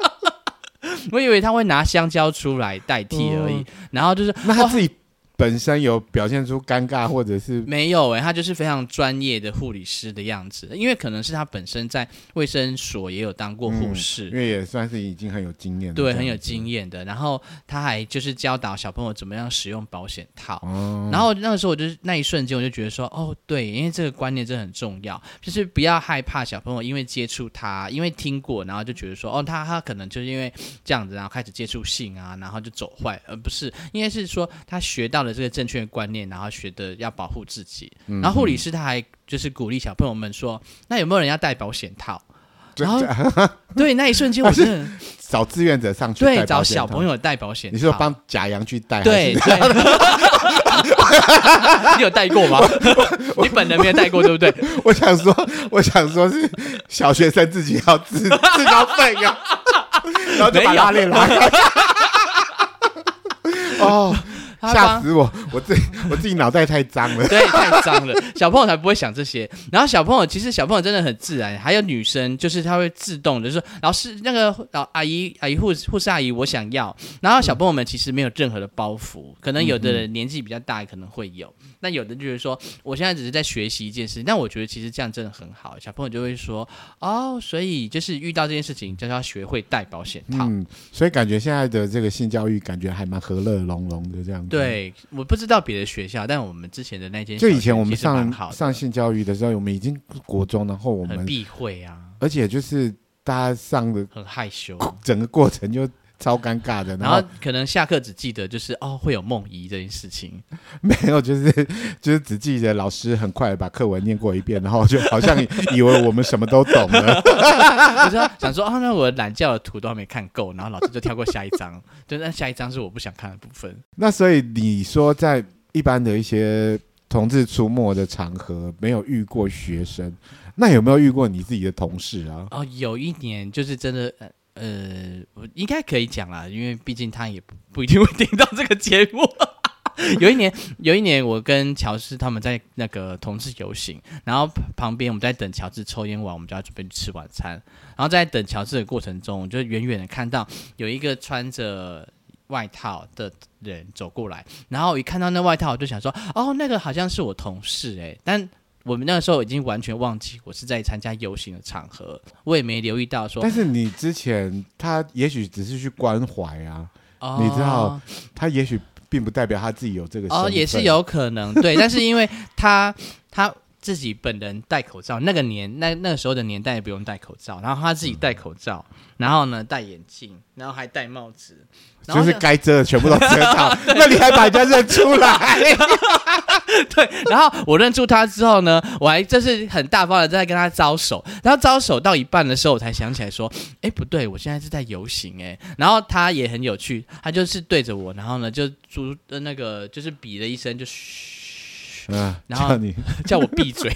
S2: 我以为他会拿香蕉出来代替而
S1: 哦
S2: 已，然后就是
S1: 那他
S2: 哇
S1: 自己本身有表现出尴尬或者是
S2: 没有哎、他就是非常专业的护理师的样子，因为可能是他本身在卫生所也有当过护士，
S1: 因为也算是已经很有经验了，
S2: 对，
S1: 这样
S2: 很有
S1: 子。
S2: 经验的。然后他还就是教导小朋友怎么样使用保险套。
S1: 哦，
S2: 然后那个时候我就是那一瞬间我就觉得说，哦，对，因为这个观念真的很重要，就是不要害怕小朋友因为接触他，因为听过，然后就觉得说，哦，他他可能就是因为这样子，然后开始接触性啊，然后就走坏，而不是应该是说他学到了这个正确的观念，然后学的要保护自己。
S1: 嗯
S2: 然后护理师他还就是鼓励小朋友们说，那有没有人要戴保险套？
S1: 这
S2: 然后 对那一瞬间我真的
S1: 找志愿者上去，
S2: 对找小朋
S1: 友，
S2: 友戴保险套，
S1: 你是说帮假洋去带？
S2: 对
S1: 还是，
S2: 对， 你有带过吗？你本人没有带过，对不对？
S1: 我想说，我想说是小学生自己要自自告奋勇，然后就把
S2: 没有
S1: 拉链拉开。哦，
S2: 他
S1: 吓
S2: 帮
S1: 死我！我自己我自己脑袋太脏了。
S2: 对，太脏了，小朋友才不会想这些。然后小朋友其实小朋友真的很自然，还有女生就是她会自动的就说老师那个老阿姨阿姨护士护士阿姨我想要。然后小朋友们其实没有任何的包袱，可能有
S1: 嗯
S2: 的人年纪比较大可能会有，那有的就是说我现在只是在学习一件事，但我觉得其实这样真的很好。小朋友就会说哦，所以就是遇到这件事情就是要学会戴保险套。
S1: 嗯，所以感觉现在的这个性教育感觉还蛮和乐融融的这样子。，
S2: 对，我不知道别的学校，但我们之前的那间
S1: 就以
S2: 小
S1: 前
S2: 学
S1: 我们
S2: 其实蛮
S1: 上
S2: 好的
S1: 上性教育的时候，我们已经国中，然后我
S2: 很
S1: 们
S2: 避讳啊，
S1: 而且就是大家上的
S2: 很害羞，
S1: 整个过程就超尴尬的，
S2: 哦然
S1: 然
S2: 后
S1: 后
S2: 可能下课只记得就是哦会有梦遗这件事 情，
S1: 没有就是就是只记得老师很快把课文念过一遍，然后就好像以为我们什么都懂了。
S2: 我就想说啊、那我懒觉的图都还没看够，然后老师就跳过下一章，就那下一章是我不想看的部分。
S1: 那所以你说在一般的一些同志出没的场合，没有遇过学生，那有没有遇过你自己的同事啊？
S2: 哦，有一年就是真的呃呃，我应该可以讲啦，因为毕竟他也不不一定会听到这个节 目。有一年，有一年，我跟乔治他们在那个同志游行，然后旁边我们在等乔治抽烟完，我们就要准备去吃晚餐。然后在等乔治的过程中，我就远远的看到有一个穿着外套的人走过来，然后我一看到那外套，我就想说，哦，那个好像是我同事诶、但我们那个时候已经完全忘记我是在参加游行的场合，我也没留意到说
S1: 但，是你之前他也许只是去关怀啊，
S2: 哦，
S1: 你知道他也许并不代表他自己有这个身
S2: 哦，
S1: 份
S2: 也是。有可能， 对，但是因为他他自己本人戴口罩，那个年那那个时候的年代不用戴口罩，然后他自己戴口罩，然后呢戴眼镜，然后还戴帽子，然
S1: 就
S2: 后
S1: 是该遮的全部都遮到， 那你还把人家认出 来？
S2: 对， 然后我认出他之后呢，我还就是很大方的在跟他招手，然后招手到一半的时候，我才想起来说，哎，不对，我现在是在游行哎。然后他也很有趣，他就是对着我，然后呢就猪呃那个就是比了一声就嘘，
S1: 嗯，
S2: 然后
S1: 叫你
S2: 叫我 闭嘴。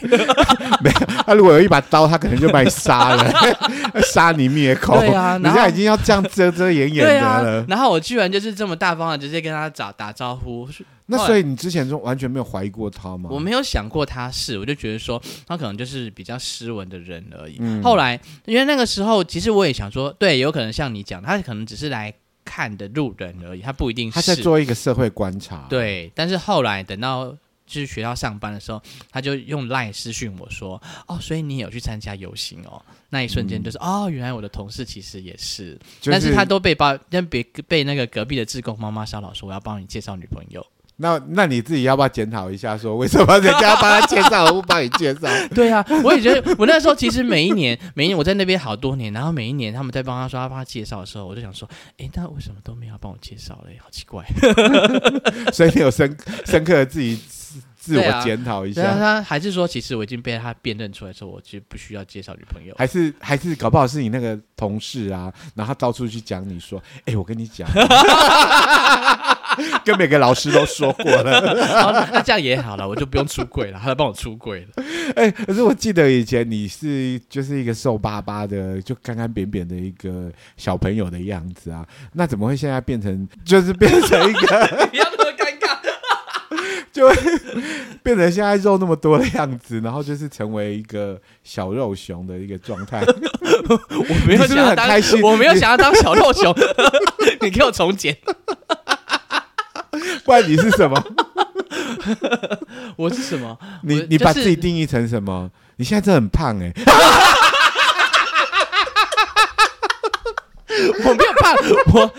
S1: 他如果有一把刀，他可能就把你杀了， 杀你灭口。
S2: 对啊
S1: 人
S2: 然后
S1: 家已经要这样遮遮掩掩
S2: 对
S1: 的了。
S2: 啊，然后我居然就是这么大方的直接跟他打打招呼，
S1: 那所以你之前就完全没有怀疑过他吗？
S2: 我没有想过他是，我就觉得说他可能就是比较斯文的人而已。
S1: 嗯
S2: 后来因为那个时候，其实我也想说，对，有可能像你讲，他可能只是来。看的路人而已，他不一定是
S1: 他在做一个社会观察。，
S2: 对，但是后来等到去学校上班的时候，他就用 LINE 私讯我说：“哦，所以你也有去参加游行哦。”那一瞬间就是、哦，原来我的同事其实也是，
S1: 就
S2: 但是他都被包，但别被那个隔壁的志工妈妈骚扰说我要帮你介绍女朋友。
S1: 那那你自己要不要检讨一下，说为什么 人家帮他介绍，我不帮你介绍？
S2: 对啊，我也觉得，我那时候其实每一年， 每一年我在那边好多年，然后每一年他们在帮他说要帮他介绍的时候，我就想说，诶，那为什么都没有要帮我介绍嘞？好奇 怪。
S1: 所以你有深深刻的自己自自
S2: 对
S1: 我
S2: 啊
S1: 检讨一下，
S2: 对啊，他还是说，其实我已经被他辨认出来，说我其实不需要介绍女朋友。
S1: 还是还是搞不好是你那个同事啊，然后他到处去讲你说，哎、我跟你讲， 跟每个老师都说过了。
S2: 好，那这样也好了，我就不用出柜了，他来帮我出柜 了。
S1: 哎、可是我记得以前你是就是一个瘦巴巴的，就干干扁扁的一个小朋友的样子啊，那怎么会现在变成就是变成一个
S2: 不要那么尴尬。
S1: 变成现在肉那么多的样子，然后就是成为一个小肉熊的一个状态？
S2: 我没有
S1: 你是
S2: 想要当，
S1: 不是很开心
S2: 我没有想要当小肉 熊，你给我重剪。
S1: 不然你是什 么？
S2: 我是什么？
S1: 你
S2: 我
S1: 你
S2: 就
S1: 把
S2: 是
S1: 自己定义成什么？你现在真的很胖哎、
S2: 我没有胖，我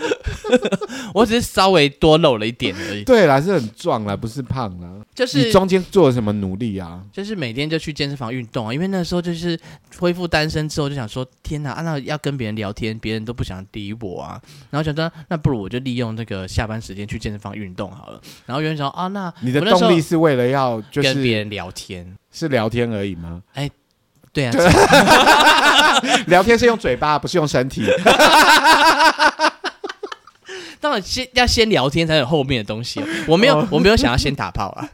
S2: 我只是稍微多露了一点而已。
S1: 对啦，是很壮啦，不是胖啦。
S2: 就
S1: 你
S2: 是
S1: 中间做了什么努力啊？
S2: 就是每天就去健身房运动啊，因为那时候就是恢复单身之后，就想说天哪、啊，那要跟别人聊天，别人都不想理我啊。然后想说，那不如我就利用那个下班时间去健身房运动好了。然后有人想说啊，那
S1: 你的
S2: 我那时候
S1: 动力是为了要就
S2: 跟别
S1: 是
S2: 人聊天，
S1: 是聊天而已吗？
S2: 对啊，
S1: 聊天是用嘴巴，不是用身体。
S2: 当然先要先聊天才有后面的东西啊、我没有，
S1: 哦
S2: 我没有想要先打炮啊。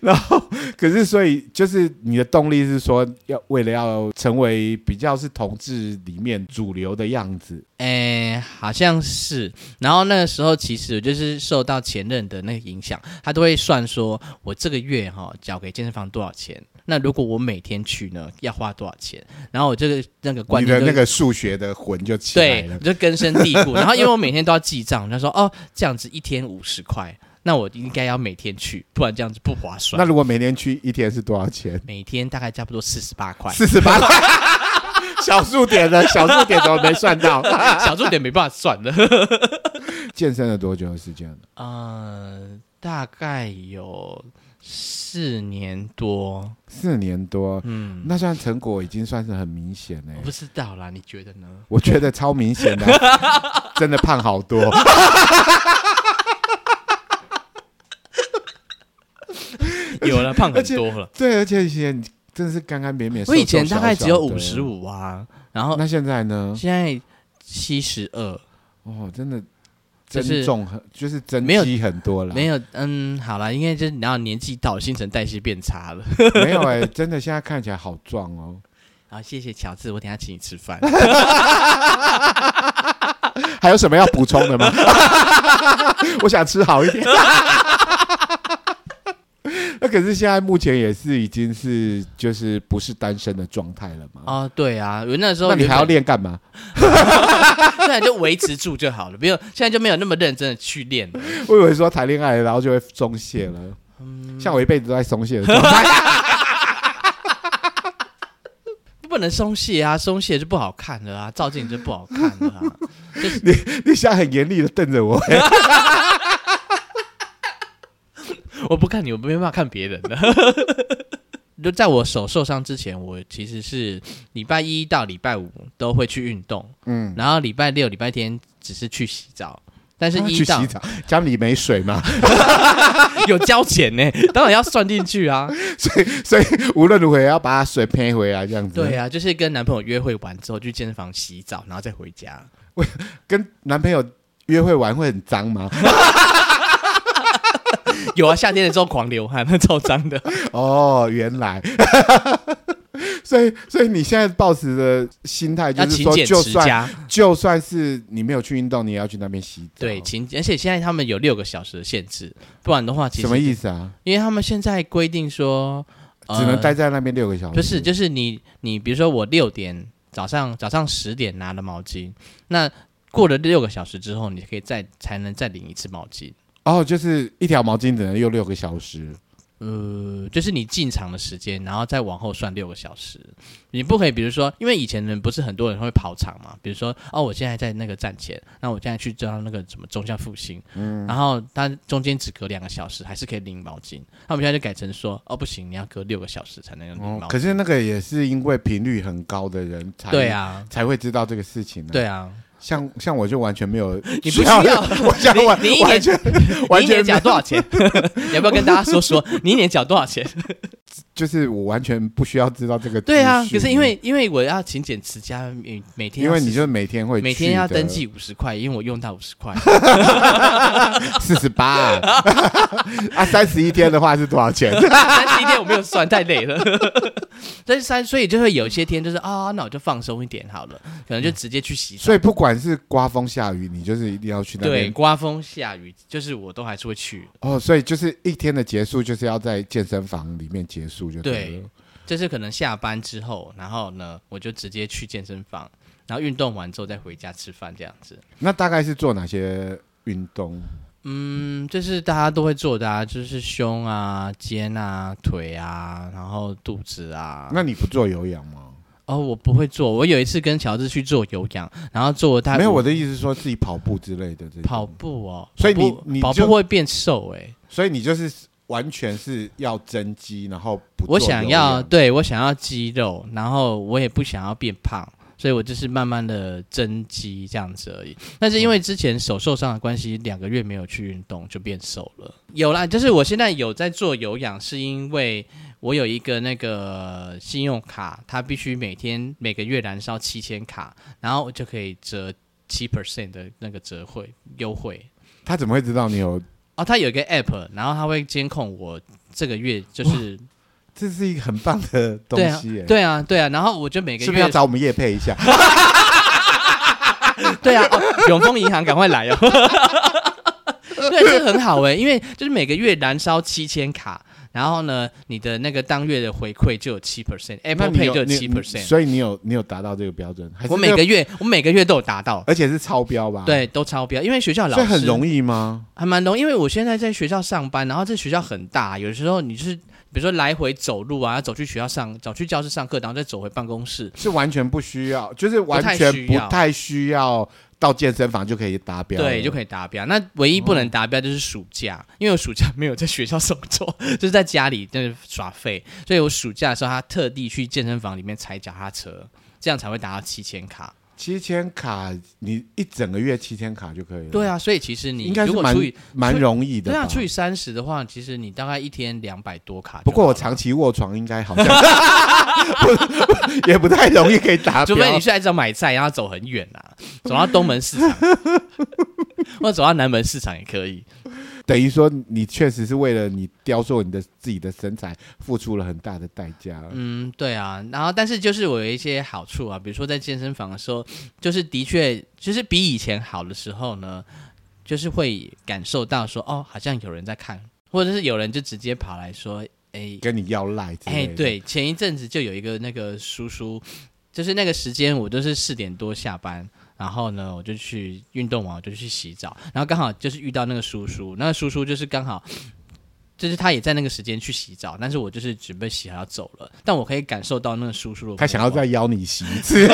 S1: 然后，可是所以就是你的动力是说要为了要成为比较是同志里面主流的样子。
S2: 哎、好像是。然后那个时候，其实我就是受到前任的那个影响，他都会算说我这个月哈、缴给健身房多少钱。那如果我每天去呢，要花多少钱？然后我这个那个观
S1: 你的
S2: 念就
S1: 那个数学的魂就起来
S2: 对，我
S1: 了。
S2: 就根深蒂固。然后因为我每天都要记账，他说哦，这样子一天五十块，那我应该要每天去，不然这样子不划
S1: 那
S2: 算。
S1: 如果每年去一天是多少钱？
S2: 每天大概差不多四十八 块，
S1: 四十八块。小数点的小数点怎么没算到？
S2: 小数点没办法算的。
S1: 健身了多久的时间了？
S2: 呃，大概有四年多，
S1: 四年多。
S2: 嗯，
S1: 那算成果已经算是很明显嘞、
S2: 我不知道啦，你觉得呢？
S1: 我觉得超明显的，啊真的胖好多。
S2: 有了，胖
S1: 而
S2: 很
S1: 且
S2: 多了。
S1: 对，而且以前真的是干干扁扁，
S2: 我以前大概只有五十
S1: 五，
S2: 五啊，然后
S1: 那现在呢？
S2: 现在七十二，
S1: 哦，真的
S2: 就
S1: 增
S2: 是
S1: 重很，就是增
S2: 没有
S1: 肌很多了。
S2: 没有，嗯，好啦，应该就是你要年纪到了，新陈代谢变差了。
S1: 没有哎、真的现在看起来好壮哦，
S2: 好，谢谢乔治，我等一下请你吃饭。
S1: 还有什么要补充的吗？ 我想吃好一点。 那可是现在目前也是已经是就是不是单身的状态了嘛？
S2: 哦，对啊，我那时候
S1: 那你还要
S2: 原
S1: 练干嘛？
S2: 本，现在就维持住就好了，不用现在就没有那么认真的去练了。
S1: 我以为说谈恋爱了然后就会松懈了，
S2: 嗯
S1: 像我一辈子都在松懈的状态。
S2: 不能松懈啊，松懈就不好看了啊，照镜子就不好看了啊。就是
S1: 你现在很严厉的瞪着我，
S2: 我不看你，我没办法看别人的。 就在我手受伤之前，我其实是礼拜一到礼拜五都会去运动，
S1: 嗯，
S2: 然后礼拜六、礼拜天只是去洗澡。但是一
S1: 啊去
S2: 到
S1: 洗澡，家里没水嘛，
S2: 有交钱呢，当然要算进去啊。
S1: 所以所以无论如何也要把水偏回来这样子。
S2: 对，啊，就是跟男朋友约会完之后去健身房洗澡，然后再回家。
S1: 跟男朋友约会完会很脏吗？
S2: 有啊，夏天的时候狂流汗， 超脏的。
S1: 哦，原来。 所以，所以你现在抱持的心态
S2: 要
S1: 就是
S2: 勤
S1: 说，
S2: 俭
S1: 就
S2: 持
S1: 算
S2: 家，
S1: 就算是你没有去运动，你也要去那边洗澡。
S2: 对勤，而且现在他们有六个小时的限制，不然的话，其实
S1: 什么意思啊？
S2: 因为他们现在规定说，呃
S1: 只能待在那边六个小时？
S2: 不是，就是你你比如说我六点早上早上十点拿了毛巾，那过了六个小时之后，你可以再才能再领一次毛巾。
S1: 哦，就是一条毛巾只能用六个小时。
S2: 呃，就是你进场的时间，然后再往后算六个小时，你不可以，比如说，因为以前人不是很多人会跑场嘛，比如说，哦，我现在在那个站前，那我现在去叫那个什么中校复兴，
S1: 嗯
S2: 然后它中间只隔两个小时，还是可以领毛巾，那我们现在就改成说，哦，不行，你要隔六个小时才能领
S1: 哦
S2: 毛巾，
S1: 可是那个也是因为频率很高的人才
S2: 对啊，
S1: 才会知道这个事情、啊。
S2: 对，啊，
S1: 像像我就完全没有，你
S2: 你不需要
S1: 我想完
S2: 你你一
S1: 完
S2: 年
S1: 全完
S2: 你一年
S1: 全没
S2: 缴
S1: 有
S2: 多少钱？ 你要不要跟大家说说，你一年缴多少钱？
S1: 就是我完全不需要知道这个。
S2: 对啊，可是因为因为我要勤俭持家，每每天
S1: 因
S2: 要
S1: 为你
S2: 实
S1: 就是每天会
S2: 每天要登记五十块，因为我用到五十块。
S1: 四十八 啊，三十一天的话是多少 钱？
S2: 三十一天我没有算，太累了。 但是三，所以就会有些天就是啊、那我就放松一点好了，可能就直接去洗澡。
S1: 嗯所以不管是刮风下雨，你就是一定要去那
S2: 对，
S1: 边。
S2: 刮风下雨，就是我都还是会去，
S1: 哦，所以就是一天的结束，就是要在健身房里面结束就对了。
S2: 就是可能下班之后，然后呢，我就直接去健身房，然后运动完之后再回家吃饭这样子。
S1: 那大概是做哪些运动？
S2: 嗯，就是大家都会做的啊，就是胸啊、肩啊、腿啊，然后肚子啊。
S1: 那你不做有氧吗？
S2: 哦，我不会做，我有一次跟乔治去做有氧，然后做了大概
S1: 没有，
S2: 五
S1: 我的意思是说自己跑步之类的这种
S2: 跑，步哦，
S1: 所以
S2: 跑步
S1: 你你
S2: 跑
S1: 就
S2: 步会变瘦哎、
S1: 所以你就是完全是要增肌，然后不做
S2: 我想
S1: 有
S2: 要
S1: 氧
S2: 对我想要肌肉，然后我也不想要变胖，所以我就是慢慢的增肌这样子而已。但是因为之前手受伤的关系，两个月没有去运动就变瘦了。有啦，就是我现在有在做有氧，是因为我有一个那个信用卡，它必须每天每个月燃烧七千卡，然后我就可以折七 percent 的那个折惠优惠。
S1: 他怎么会知道你有？
S2: 哦，它有一个 app，然后它会监控我这个月就是
S1: 这是一个很棒的东
S2: 对啊
S1: 西耶、，
S2: 对啊，对啊，然后我就每 个
S1: 是不是要
S2: 月，
S1: 找我们叶配一 下？
S2: 对啊，哦、永丰银行赶快来哦。 对，这很好哎、因为就是每个月燃烧七千卡，然后呢，你的那个当月的回馈就有七 percent，Apple
S1: 那你
S2: Pay 就
S1: 有
S2: 有
S1: 你
S2: 七
S1: 你
S2: percent。
S1: 所以你有你有达到这个标准？还是
S2: 我每
S1: 这
S2: 个月，我每个月都有达到，
S1: 而且是超标吧？，
S2: 对，都超标，因为学校老
S1: 所
S2: 师
S1: 以很容易吗？
S2: 还蛮容易，因为我现在在学校上班，然后这学校很大，有时候你就是比如说来回走路啊，走去学校上，走去教室上课，然后再走回办公室，
S1: 是完全不需要，就是完全
S2: 不太需
S1: 不
S2: 要
S1: 太需要到健身房就可以达标了，哦
S2: 对，就可
S1: 以。
S2: 以达标。那唯一不能达标就是暑假，因为我暑假没有在学校工作， 就是在家里就是耍废，所以我暑假的时候，他特地去健身房里面踩脚踏车，这样才会达到七千卡。
S1: 七千卡，你一整个月七千卡就可以了。
S2: 对，啊，所以其实你
S1: 应该是
S2: 如果
S1: 蛮
S2: 除以
S1: 蛮容易的
S2: 对
S1: 吧。
S2: 啊除以三十的话，其实你大概一天两百多卡就好了。
S1: 不过我长期卧床应该好像不也不太容易可以达
S2: 除
S1: 标。
S2: 非你去爱找买菜，然后走很远啊，走到东门市 场，或者走到南门市场也可以。
S1: 等于说你确实是为了你雕塑你的自己的身材付出了很大的代价。
S2: 嗯，对啊，然后但是就是我有一些好处啊，比如说在健身房的时候，就是的确就是比以前好的时候呢，就是会感受到说哦，好像有人在看，或者是有人就直接跑来说，哎
S1: 跟你要赖之
S2: 哎
S1: 类，的，
S2: 对，前一阵子就有一个那个叔叔，就是那个时间我都是四点多下班。然后呢，我就去运动完，我就去洗澡，然后刚好就是遇到那个叔叔，那个叔叔就是刚好就是他也在那个时间去洗澡，但是我就是准备洗好要走了，但我可以感受到那个叔叔的
S1: 他想要
S2: 目光
S1: 再邀你洗一 次。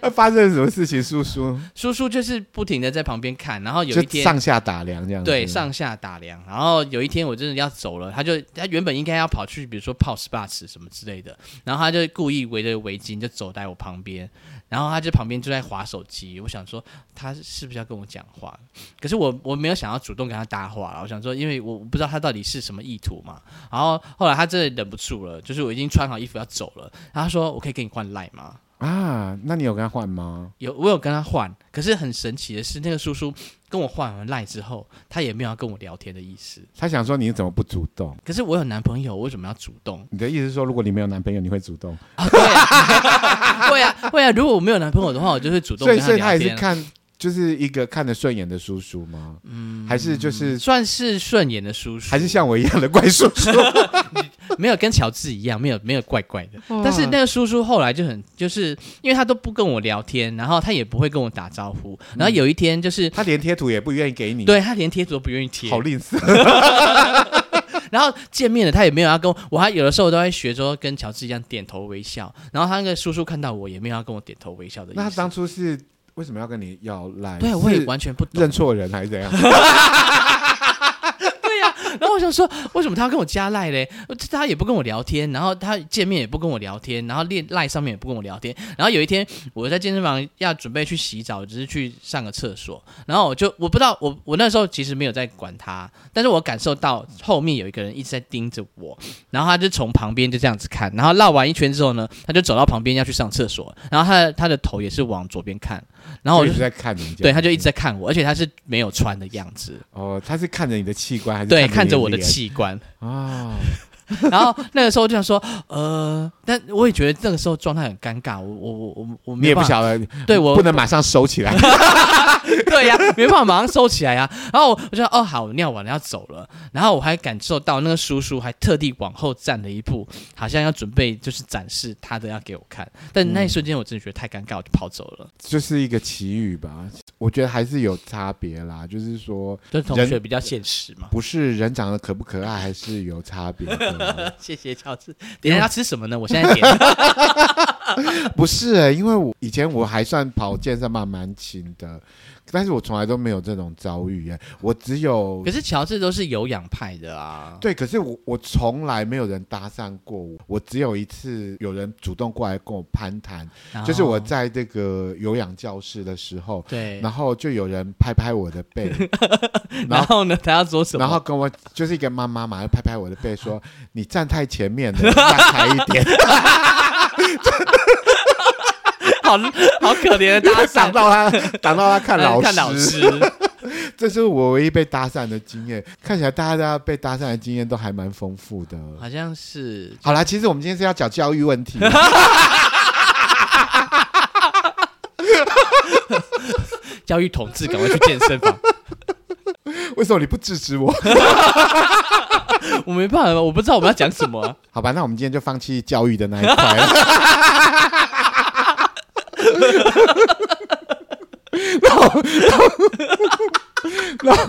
S1: 那发生了什么事情，叔叔？
S2: 叔叔就是不停的在旁边看，然后有
S1: 就
S2: 一天
S1: 上啊下打量这样子。
S2: 对上下打量，然后有一天我真的要走了，他就他原本应该要跑去比如说泡 SPA 池什么之类的，然后他就故意围着围巾就走在我旁边，然后他就旁边就在划手机，我想说他是不是要跟我讲话，可是我我没有想要主动跟他搭话啦，我想说因为我我不知道他到底是什么意图嘛，然后后来他真的忍不住了，就是我已经穿好衣服要走了，然后他说我可以跟你换赖吗？
S1: 啊，那你有跟他换吗？
S2: 有我有跟他换，可是很神奇的是，那个叔叔跟我换完赖之后，他也没有要跟我聊天的意思。
S1: 他想说你怎么不主动？
S2: 可是我有男朋友，我为什么要主 动
S1: 你的意思是说，如果你没有男朋友，你会主动？
S2: 啊？对啊，会啊，会啊。如果我没有男朋友的话，我就会主动
S1: 所
S2: 跟
S1: 以，所以他
S2: 聊
S1: 也是
S2: 天啊。
S1: 看，就是一个看得顺眼的叔叔吗？嗯，还是就是
S2: 算是顺眼的叔叔，
S1: 还是像我一样的怪叔叔？
S2: 没有跟乔治一样，没有没有怪怪
S1: 哦
S2: 的。
S4: 哇
S2: 但是那个叔叔后来就很，就是因为他都不跟我聊天，然后他也不会跟我打招呼。
S1: 嗯
S2: 然后有一天就 是，
S1: 他连贴图也不愿意给你，，
S2: 对他连贴图都不愿意贴，
S1: 好吝啬。
S2: 然后见面了，他也没有要跟我，我还有的时候都会学说跟乔治一样点头微笑。然后他那个叔叔看到我也没有要跟我点头微笑的意思。
S1: 那他当初是为什么要跟你要赖？
S2: 对啊我也
S1: 是
S2: 完全不懂。
S1: 认错人还是怎样？
S2: 然后我想说，为什么他要跟我加赖嘞？他也不跟我聊天，然后他见面也不跟我聊天，然后练赖上面也不跟我聊天。然后有一天我在健身房要准备去洗澡，只是去上个厕所，然后我就我不知道我我那时候其实没有在管他，但是我感受到后面有一个人一直在盯着我，然后他就从旁边就这样子看，然后绕完一圈之后呢，他就走到旁边要去上厕所，然后他的他的头也是往左边看，然后我
S1: 就
S2: 就
S1: 一直在看人家，
S2: 哦 对他就一直在看我，而且他是没有穿的样子，
S1: 哦，他是看着你的器官还是
S2: 对，
S1: 你
S2: 看着我的
S1: 脸
S2: 器官。
S1: 啊？
S2: 然后那个时候就想说，呃，但我也觉得那个时候状态很尴尬，我我我我我
S1: 你
S2: 没
S1: 也
S2: 有
S1: 不
S2: 办法，
S1: 晓得，
S2: 对我
S1: 不能马上收起来。
S2: 对呀、没办法马上收起来呀、然后我就说，哦，好，我尿完了要走了。然后我还感受到那个叔叔还特地往后站了一步，好像要准备就是展示他的要给我看。但
S1: 嗯
S2: 那一瞬间我真的觉得太尴尬，我就跑走了。
S1: 就是一个奇遇吧。我觉得还是有差别啦，就是说
S2: 就是同
S1: 人
S2: 学比较现实嘛。
S1: 不是人长得可不可爱，还是有差别的。
S2: 谢谢乔治。等一下要吃什么呢？我现 在点。
S1: 不是、欸，因为我以前我还算跑健身房蛮勤的，但是我从来都没有这种遭遇、欸。我只有
S2: 可是乔治都是有氧派的啊。
S1: 对，可是我我从来没有人搭讪过我，我只有一次有人主动过来跟我攀谈，
S2: 然后
S1: 就是我在这个有氧教室的时候，
S2: 对，
S1: 然后就有人拍拍我的 背，
S2: 然后呢？他要做什么？
S1: 然后跟我就是一个妈妈嘛，就拍拍我的背 说：“你站太前面了，让开一点。
S2: 好好可怜的搭”
S1: 挡
S2: 讪，哎
S1: 到他，挡到他看老师。
S2: 看老师，
S1: 这是我唯一被搭讪的经验。看起来大家被搭讪的经验都还蛮丰富的。
S2: 好像是
S1: 好啦，其实我们今天是要讲教育问题。
S2: 教育统治，赶快去健身房。
S1: 为什么你不制止我？
S2: 我没办法，我不知道我们要讲什么啊、
S1: 好吧，那我们今天就放弃教育的那一块了。那我那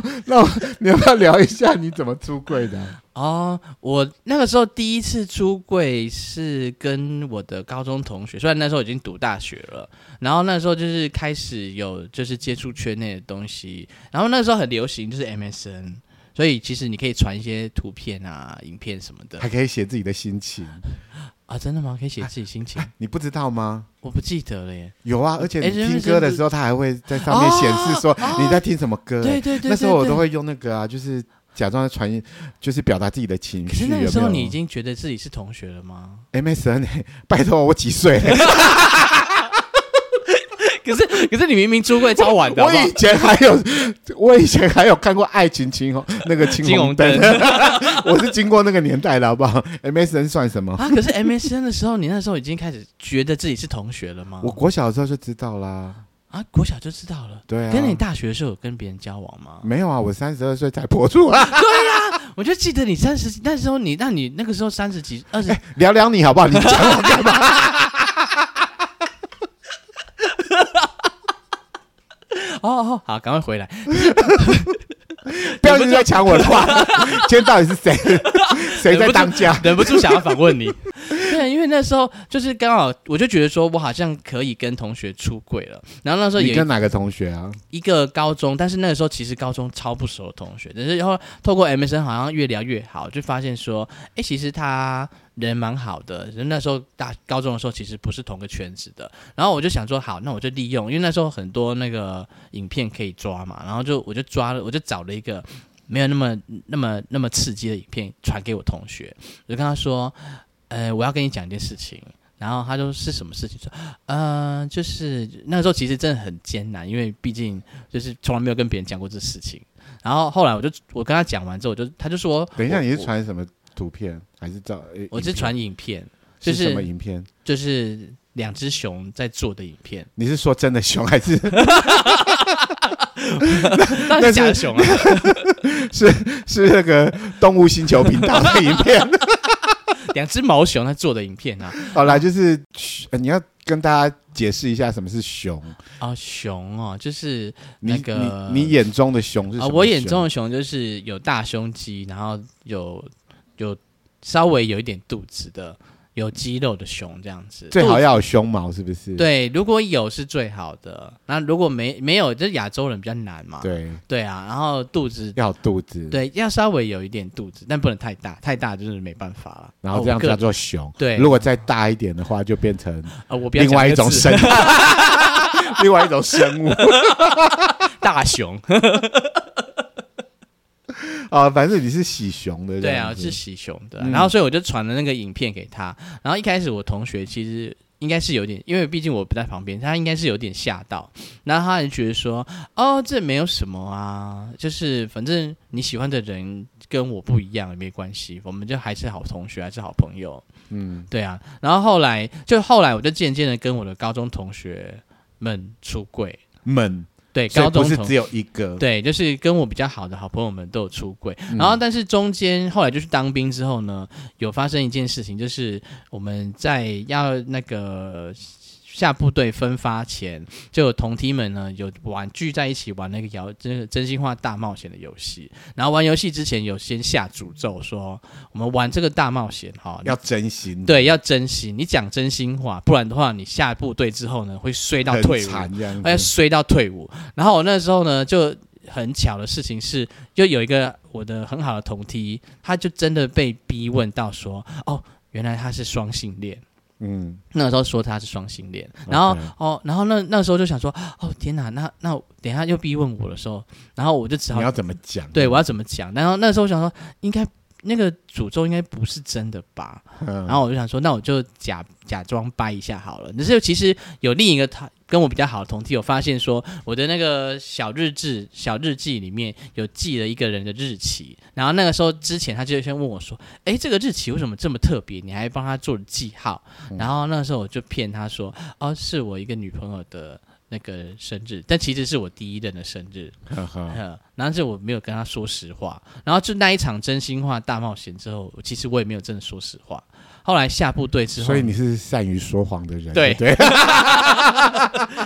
S1: 我那我你要不要聊一下你怎么出柜的啊、
S2: 哦，我那个时候第一次出柜是跟我的高中同学，虽然那时候已经读大学了，然后那时候就是开始有就是接触圈内的东西，然后那时候很流行就是 MSN。所以其实你可以传一些图片啊、影片什么的
S1: 还可以写自己的心情，
S2: 啊，真的吗？可以写自己心 情？
S1: 你不知道吗？
S2: 我不记得了耶。
S1: 有啊，而且你
S2: 哎真
S1: 听
S2: 的
S1: 歌的时候，它还会在上面显示说你在听什么歌。
S2: 对对对，
S1: 那时候我
S2: 对
S1: 都会用那个啊，就是假装传，就是表达自己的情
S2: 可
S1: 绪。
S2: 是那个时候
S1: 有没
S2: 你
S1: 有
S2: 已经觉得自己是同学了吗？
S1: MSN，欸 拜托我几岁？
S2: 可是可是你明明出柜超晚的，好
S1: 我
S2: 不好
S1: 以前还有，我以前还有看过《爱情青红》那个青
S2: 金
S1: 红
S2: 红
S1: 灯
S2: 灯，
S1: 我是经过那个年代的好不好？MSN 算什么？
S2: 啊！可是 MSN 的时候，你那时候已经开始觉得自己是同学了吗？
S1: 我国小的时候就知道啦。
S2: 啊，国小就知道了。
S1: 对啊，
S2: 可是你大学的时候有跟别人交往吗？
S1: 没有啊？我三十二岁才播出啊。
S2: 我就记得你三十，那时候你，那你那个时候三十几、二十，
S1: 聊聊你好不好？你讲我 干嘛？
S2: 哦哦，好，赶快回来。
S1: 不要一直在抢我的话， 今天到底是 谁谁在当家？
S2: 忍不住想要反 问你。对，因为那时候就是刚好，我就觉得说我好像可以跟同学出柜了。然后那时候
S1: 你
S2: 也
S1: 跟哪个同学啊？
S2: 一个高中，但是那个时候其实高中超不熟的同学，但是后透过 MSN 好像越聊越好，就发现说，哎，其实他人蛮好的。人那时候大高中的时候其实不是同个圈子的，然后我就想说，好，那我就利用，因为那时候很多那个影片可以抓嘛，然后就我就抓了，我就找了一个没有那么那么那么刺激的影片传给我同学，我就跟他说，呃，我要跟你讲一件事情。然后他就是什么事情说，呃，就是那个时候其实真的很艰难，因为毕竟就是从来没有跟别人讲过这事情。然后后来我就我跟他讲完之后，我就他就说，
S1: 等一下，
S2: 我
S1: 你是传什么图片还是照？呃
S2: 我是传影片，
S1: 影片
S2: 就是
S1: 是什么影片？
S2: 就是两只熊在做的影 片，
S1: 你是说真的熊还是
S2: 那是假的熊啊，
S1: 是那个动物星球频道的影片？
S2: 两只毛熊在做的影片啊。
S1: 好啦，就是、呃你要跟大家解释一下什么是熊，
S2: 啊，熊哦，就是
S1: 你、
S2: 那个
S1: 你你眼中的熊是什
S2: 啊，
S1: 么熊？
S2: 我眼中的熊就是有大胸肌，然后有有稍微有一点肚子的，有肌肉的熊这样子。
S1: 最好
S2: 肚
S1: 要有胸毛，是不是？
S2: 对，如果有是最好的。那如果没没有，这亚洲人比较难嘛。
S1: 对，
S2: 对啊，然后肚子
S1: 要有肚子，
S2: 对要稍微有一点肚子，但不能太大，太大就是没办法了。哦
S1: 然后这样
S2: 我个
S1: 叫做熊。
S2: 对
S1: 如果再大一点的话，就变成
S2: 啊，我不要
S1: 另外
S2: 讲
S1: 一
S2: 这个
S1: 种
S2: 字
S1: 生， 另外一种生物
S2: 大熊。
S1: 啊。反正你是喜熊的，
S2: 对
S1: 这样
S2: 啊，
S1: 子
S2: 是喜熊的啊、
S1: 嗯
S2: 然后所以我就传了那个影片给他。然后一开始我同学其实应该是有点，因为毕竟我不在旁边，他应该是有点吓到。然后他就觉得说：“哦，这没有什么啊，就是反正你喜欢的人跟我不一样也没关系，我们就还是好同学，还是好朋友。”
S1: 嗯，
S2: 对啊。然后后来就后来我就渐渐的跟我的高中同学们出柜，
S1: 猛，
S2: 对，
S1: 所以
S2: 高中
S1: 不是
S2: 同
S1: 只有一个，
S2: 对，就是跟我比较好的好朋友们都有出轨，然后
S1: 嗯
S2: 但是中间后来就去当兵之后呢，有发生一件事情，就是我们在要那个下部队分发前，就有同梯们呢有玩聚在一起玩那个摇真真心话大冒险的游戏，然后玩游戏之前有先下诅咒说我们玩这个大冒险哈，
S1: 要真心，
S2: 对要珍惜，你讲真心话，不然的话你下部队之后呢会衰到
S1: 很
S2: 退伍。
S1: 惨这样
S2: 哎，
S1: 子。
S2: 衰到退伍。然后我那时候呢，就很巧的事情是，就有一个我的很好的同梯，他就真的被逼问到说，哦，原来他是双性恋。
S1: 嗯，
S2: 那时候说他是双性恋，然后
S1: OK
S2: 哦，然后那那时候就想说，哦天哪，那那我等一下又逼问我的时候，然后我就只好
S1: 你要怎么讲？
S2: 对我要怎么讲？然后那时候我想说，应该那个诅咒应该不是真的吧？
S1: 嗯，
S2: 然后我就想说，那我就假假装掰一下好了。只是其实有另一个他跟我比较好的同梯，有发现说我的那个小日志、小日记里面有记了一个人的日期，然后那个时候之前他就先问我说：“哎，这个日期为什么这么特别？你还帮他做了记号？”然后那时候我就骗他说：“哦，是我一个女朋友的。”那个生日，但其实是我第一任的生日，
S1: 呵呵
S2: 嗯， 然后是我没有跟他说实话，然后就那一场真心话大冒险之后，其实我也没有真的说实话。后来下部队之后，
S1: 所以你是善于说谎的人，
S2: 对
S1: 对，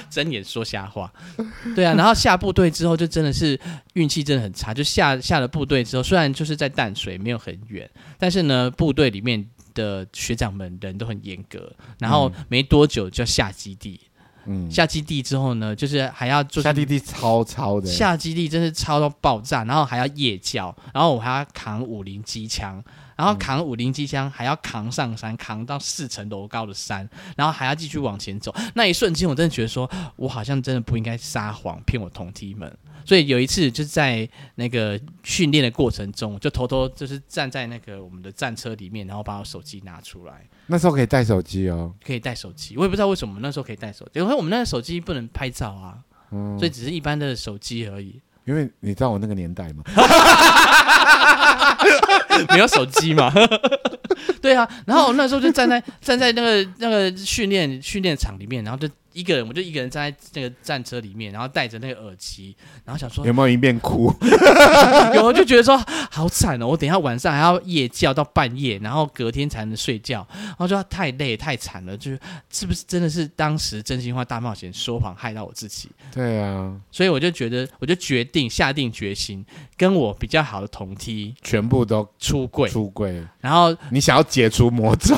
S2: 睁眼说瞎话， 对啊。然后下部队之后，就真的是运气真的很差。就下下了部队之后，虽然就是在淡水没有很远，但是呢，部队里面的学长们人都很严格，然后没多久就要下基地。
S1: 嗯，
S2: 下基地之后呢，就是还要就是
S1: 下弟弟超超的，
S2: 下基地真是超到爆炸，然后还要夜教，然后我还要扛五零机枪，然后扛五零机枪还要扛上山，扛到四层楼高的山，然后还要继续往前走。那一瞬间，我真的觉得说，我好像真的不应该撒谎骗我同梯们。所以有一次就是在那个训练的过程中，我就偷偷就是站在那个我们的战车里面，然后把我手机拿出来，
S1: 那时候可以带手机哦，
S2: 可以带手机。我也不知道为什么那时候可以带手机，因为我们那个手机不能拍照啊，所以只是一般的手机而已。
S1: 因为你知道我那个年代嘛，
S2: 没有手机嘛。对啊，然后我那时候就站在 站在那个那个训练训练场里面，然后就一个人，我就一个人站在那个战车里面，然后戴着那个耳机，然后想说
S1: 有，没有一面哭？
S2: 有我就觉得说好惨哦，我等一下晚上还要夜教到半夜，然后隔天才能睡觉，然后就太累太惨了，就是是不是真的是当时真心话大冒险说谎害到我自己？
S1: 对啊，
S2: 所以我就觉得，我就决定下定决心，跟我比较好的同梯
S1: 全部都
S2: 出柜，
S1: 出柜，
S2: 然后
S1: 你想要解除魔咒，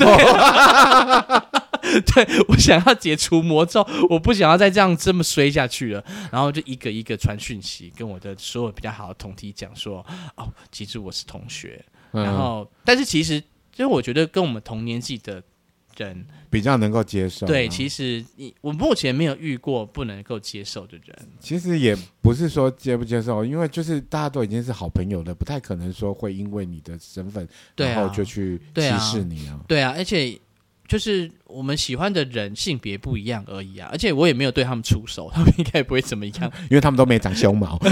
S2: 对我想要解除魔咒，我不想要再这样这么衰下去了。然后就一个一个传讯息，跟我的所有比较好的同梯讲说，哦，其实我是同学。
S1: 嗯
S2: 然后，但是其实，因为我觉得跟我们同年纪的人，
S1: 比较能够接受啊。
S2: 对，其实你我目前没有遇过不能够接受的人。
S1: 其实也不是说接不接受，因为就是大家都已经是好朋友了，不太可能说会因为你的身份，
S2: 对啊
S1: 然后就去
S2: 对
S1: 歧
S2: 啊
S1: 视你啊。
S2: 对啊，而且就是我们喜欢的人性别不一样而已啊，而且我也没有对他们出手，他们应该也不会怎么样。
S1: 因为他们都没长胸毛，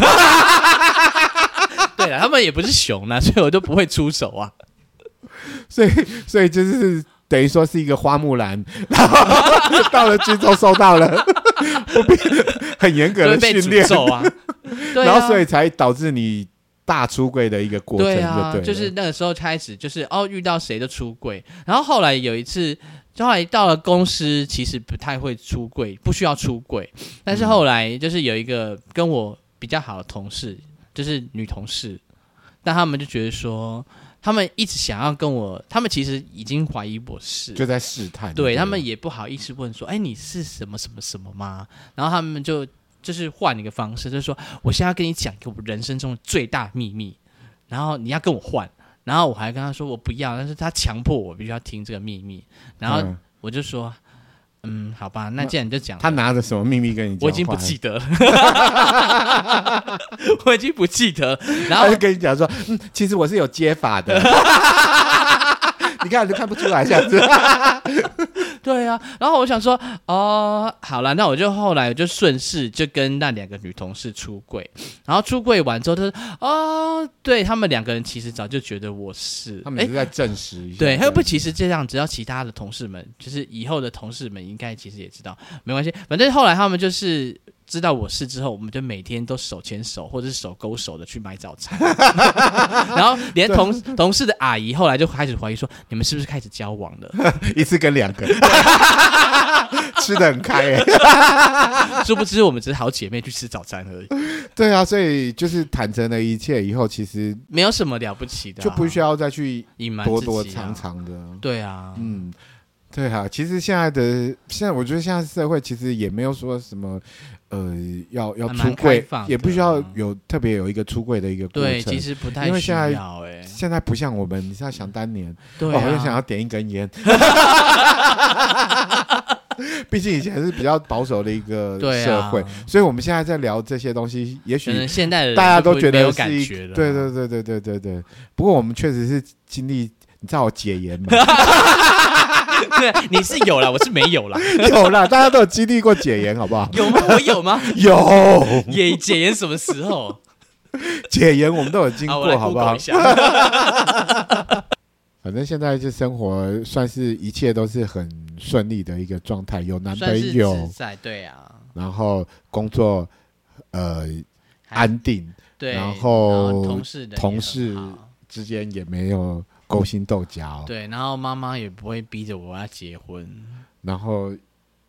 S2: 对了，他们也不是熊啊，所以我就不会出手啊。
S1: 所以所以就是等于说是一个花木兰，然后到了军中受到了 不必很严格
S2: 就会
S1: 的
S2: 被
S1: 训
S2: 诅
S1: 练，
S2: 咒啊。对啊
S1: 然后所以才导致你大出柜的一个过程就对
S2: 对啊，
S1: 了
S2: 就是那个时候开始，就是哦遇到谁就出柜，然后后来有一次，就后来到了公司，其实不太会出柜，不需要出柜，但是后来就是有一个跟我比较好的同事，就是女同事，但他们就觉得说，他们一直想要跟我，他们其实已经怀疑我是，
S1: 就在试探，
S2: 对
S1: 了
S2: 他们也不好意思问说，哎，你是什么什么什么吗？然后他们就就是换一个方式，就是说我现在要跟你讲一个我人生中的最大秘密，然后你要跟我换。然后我还跟他说我不要，但是他强迫我必须要听这个秘密。然后
S1: 嗯
S2: 我就说，嗯，好吧，那既然你就讲了，
S1: 他拿着什么秘密跟你讲话？
S2: 我已经不记得了， 我已经不记得了。然
S1: 他
S2: 后
S1: 就跟你讲说，嗯，其实我是有接法的。 你看，你就看不出来，下 次
S2: 对啊，然后我想说，哦，好了，那我就后来我就顺势就跟那两个女同事出柜，然后出柜完之后，他说，哦，对他们两个人其实早就觉得我是，
S1: 他们
S2: 诶
S1: 只是在证实一下。
S2: 对，还有
S1: 这
S2: 不，
S1: 样
S2: 其实这样，只要其他的同事们，就是以后的同事们，应该其实也知道，没关系。反正后来他们就是知道我是之后，我们就每天都手牵手或者是手勾手的去买早 餐，然后连同同事的阿姨后来就开始怀疑说，你们是不是开始交往了？
S1: 一次跟 两个， 吃的很开哎。
S2: 殊不知我们只是好姐妹去吃早餐而已，
S1: 对啊，所以就是坦诚了一切以后，其实
S2: 没有什么了不起的啊、
S1: 就不需要再去
S2: 隐瞒
S1: 躲
S2: 自
S1: 躲
S2: 己啊
S1: 藏。藏的。
S2: 对啊，
S1: 嗯，对啊，其实现在的现在，我觉得现在社会其实也没有说什么，呃，要要
S2: 还蛮
S1: 出柜
S2: 开放，的
S1: 也不需要有特别有一个出柜的一个过程。
S2: 对，其实不太
S1: 因为
S2: 需
S1: 现在
S2: 要哎、
S1: 现在不像我们，你像想当年，
S2: 对
S1: 哦，我就
S2: 啊，
S1: 想要点一根 烟。 毕竟以前是比较保守的一个
S2: 对啊
S1: 社会，所以我们现在在聊这些东西，也
S2: 可能
S1: 许
S2: 现代的人
S1: 大家
S2: 就
S1: 都
S2: 不
S1: 觉
S2: 没
S1: 得
S2: 有
S1: 是
S2: 感
S1: 一
S2: 觉了啊，
S1: 对对对对对对对。不过我们确实是经历，你知道我解严嘛？
S2: 对，啊你是有啦，我是没有 啦，
S1: 有啦，大家都有经历过解严，好不好？
S2: 有吗？我有吗？
S1: 有
S2: 也解严什么时候？
S1: 解严，我们都有经
S2: 啊，我来
S1: 过，好不好
S2: Google 一？下。
S1: 反正现在这生活算是一切都是很顺利的一个状态，有男
S2: 算是
S1: 朋友
S2: 自，在，对啊，
S1: 然后工作，呃，
S2: 还
S1: 安定，
S2: 对，
S1: 然
S2: 然
S1: 后
S2: 同事的也
S1: 同
S2: 很
S1: 事
S2: 好
S1: 之间也没有勾心斗角，
S2: 对，然后妈妈也不会逼着我要结婚。
S1: 然后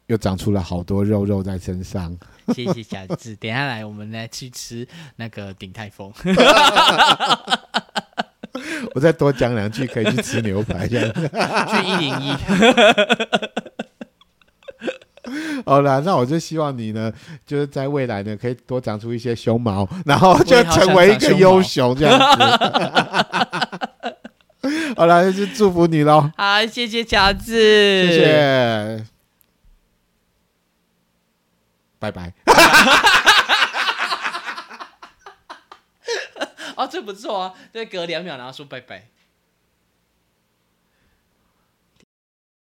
S1: 又长出了好多肉肉在身上。
S2: 谢谢小智，等一下来我们来去吃那个鼎泰丰。
S1: 我再多讲两句，可以去吃牛排。这样
S2: 去一零一。
S1: 好啦，那我就希望你呢，就是在未来呢，可以多长出一些胸毛，然后就成为一个优雄这样子。好啦，那就祝福你喽，
S2: 好，谢谢乔治，
S1: 谢。谢，拜拜。
S2: 哦哦，这不错啊，对，隔两秒然后说拜拜。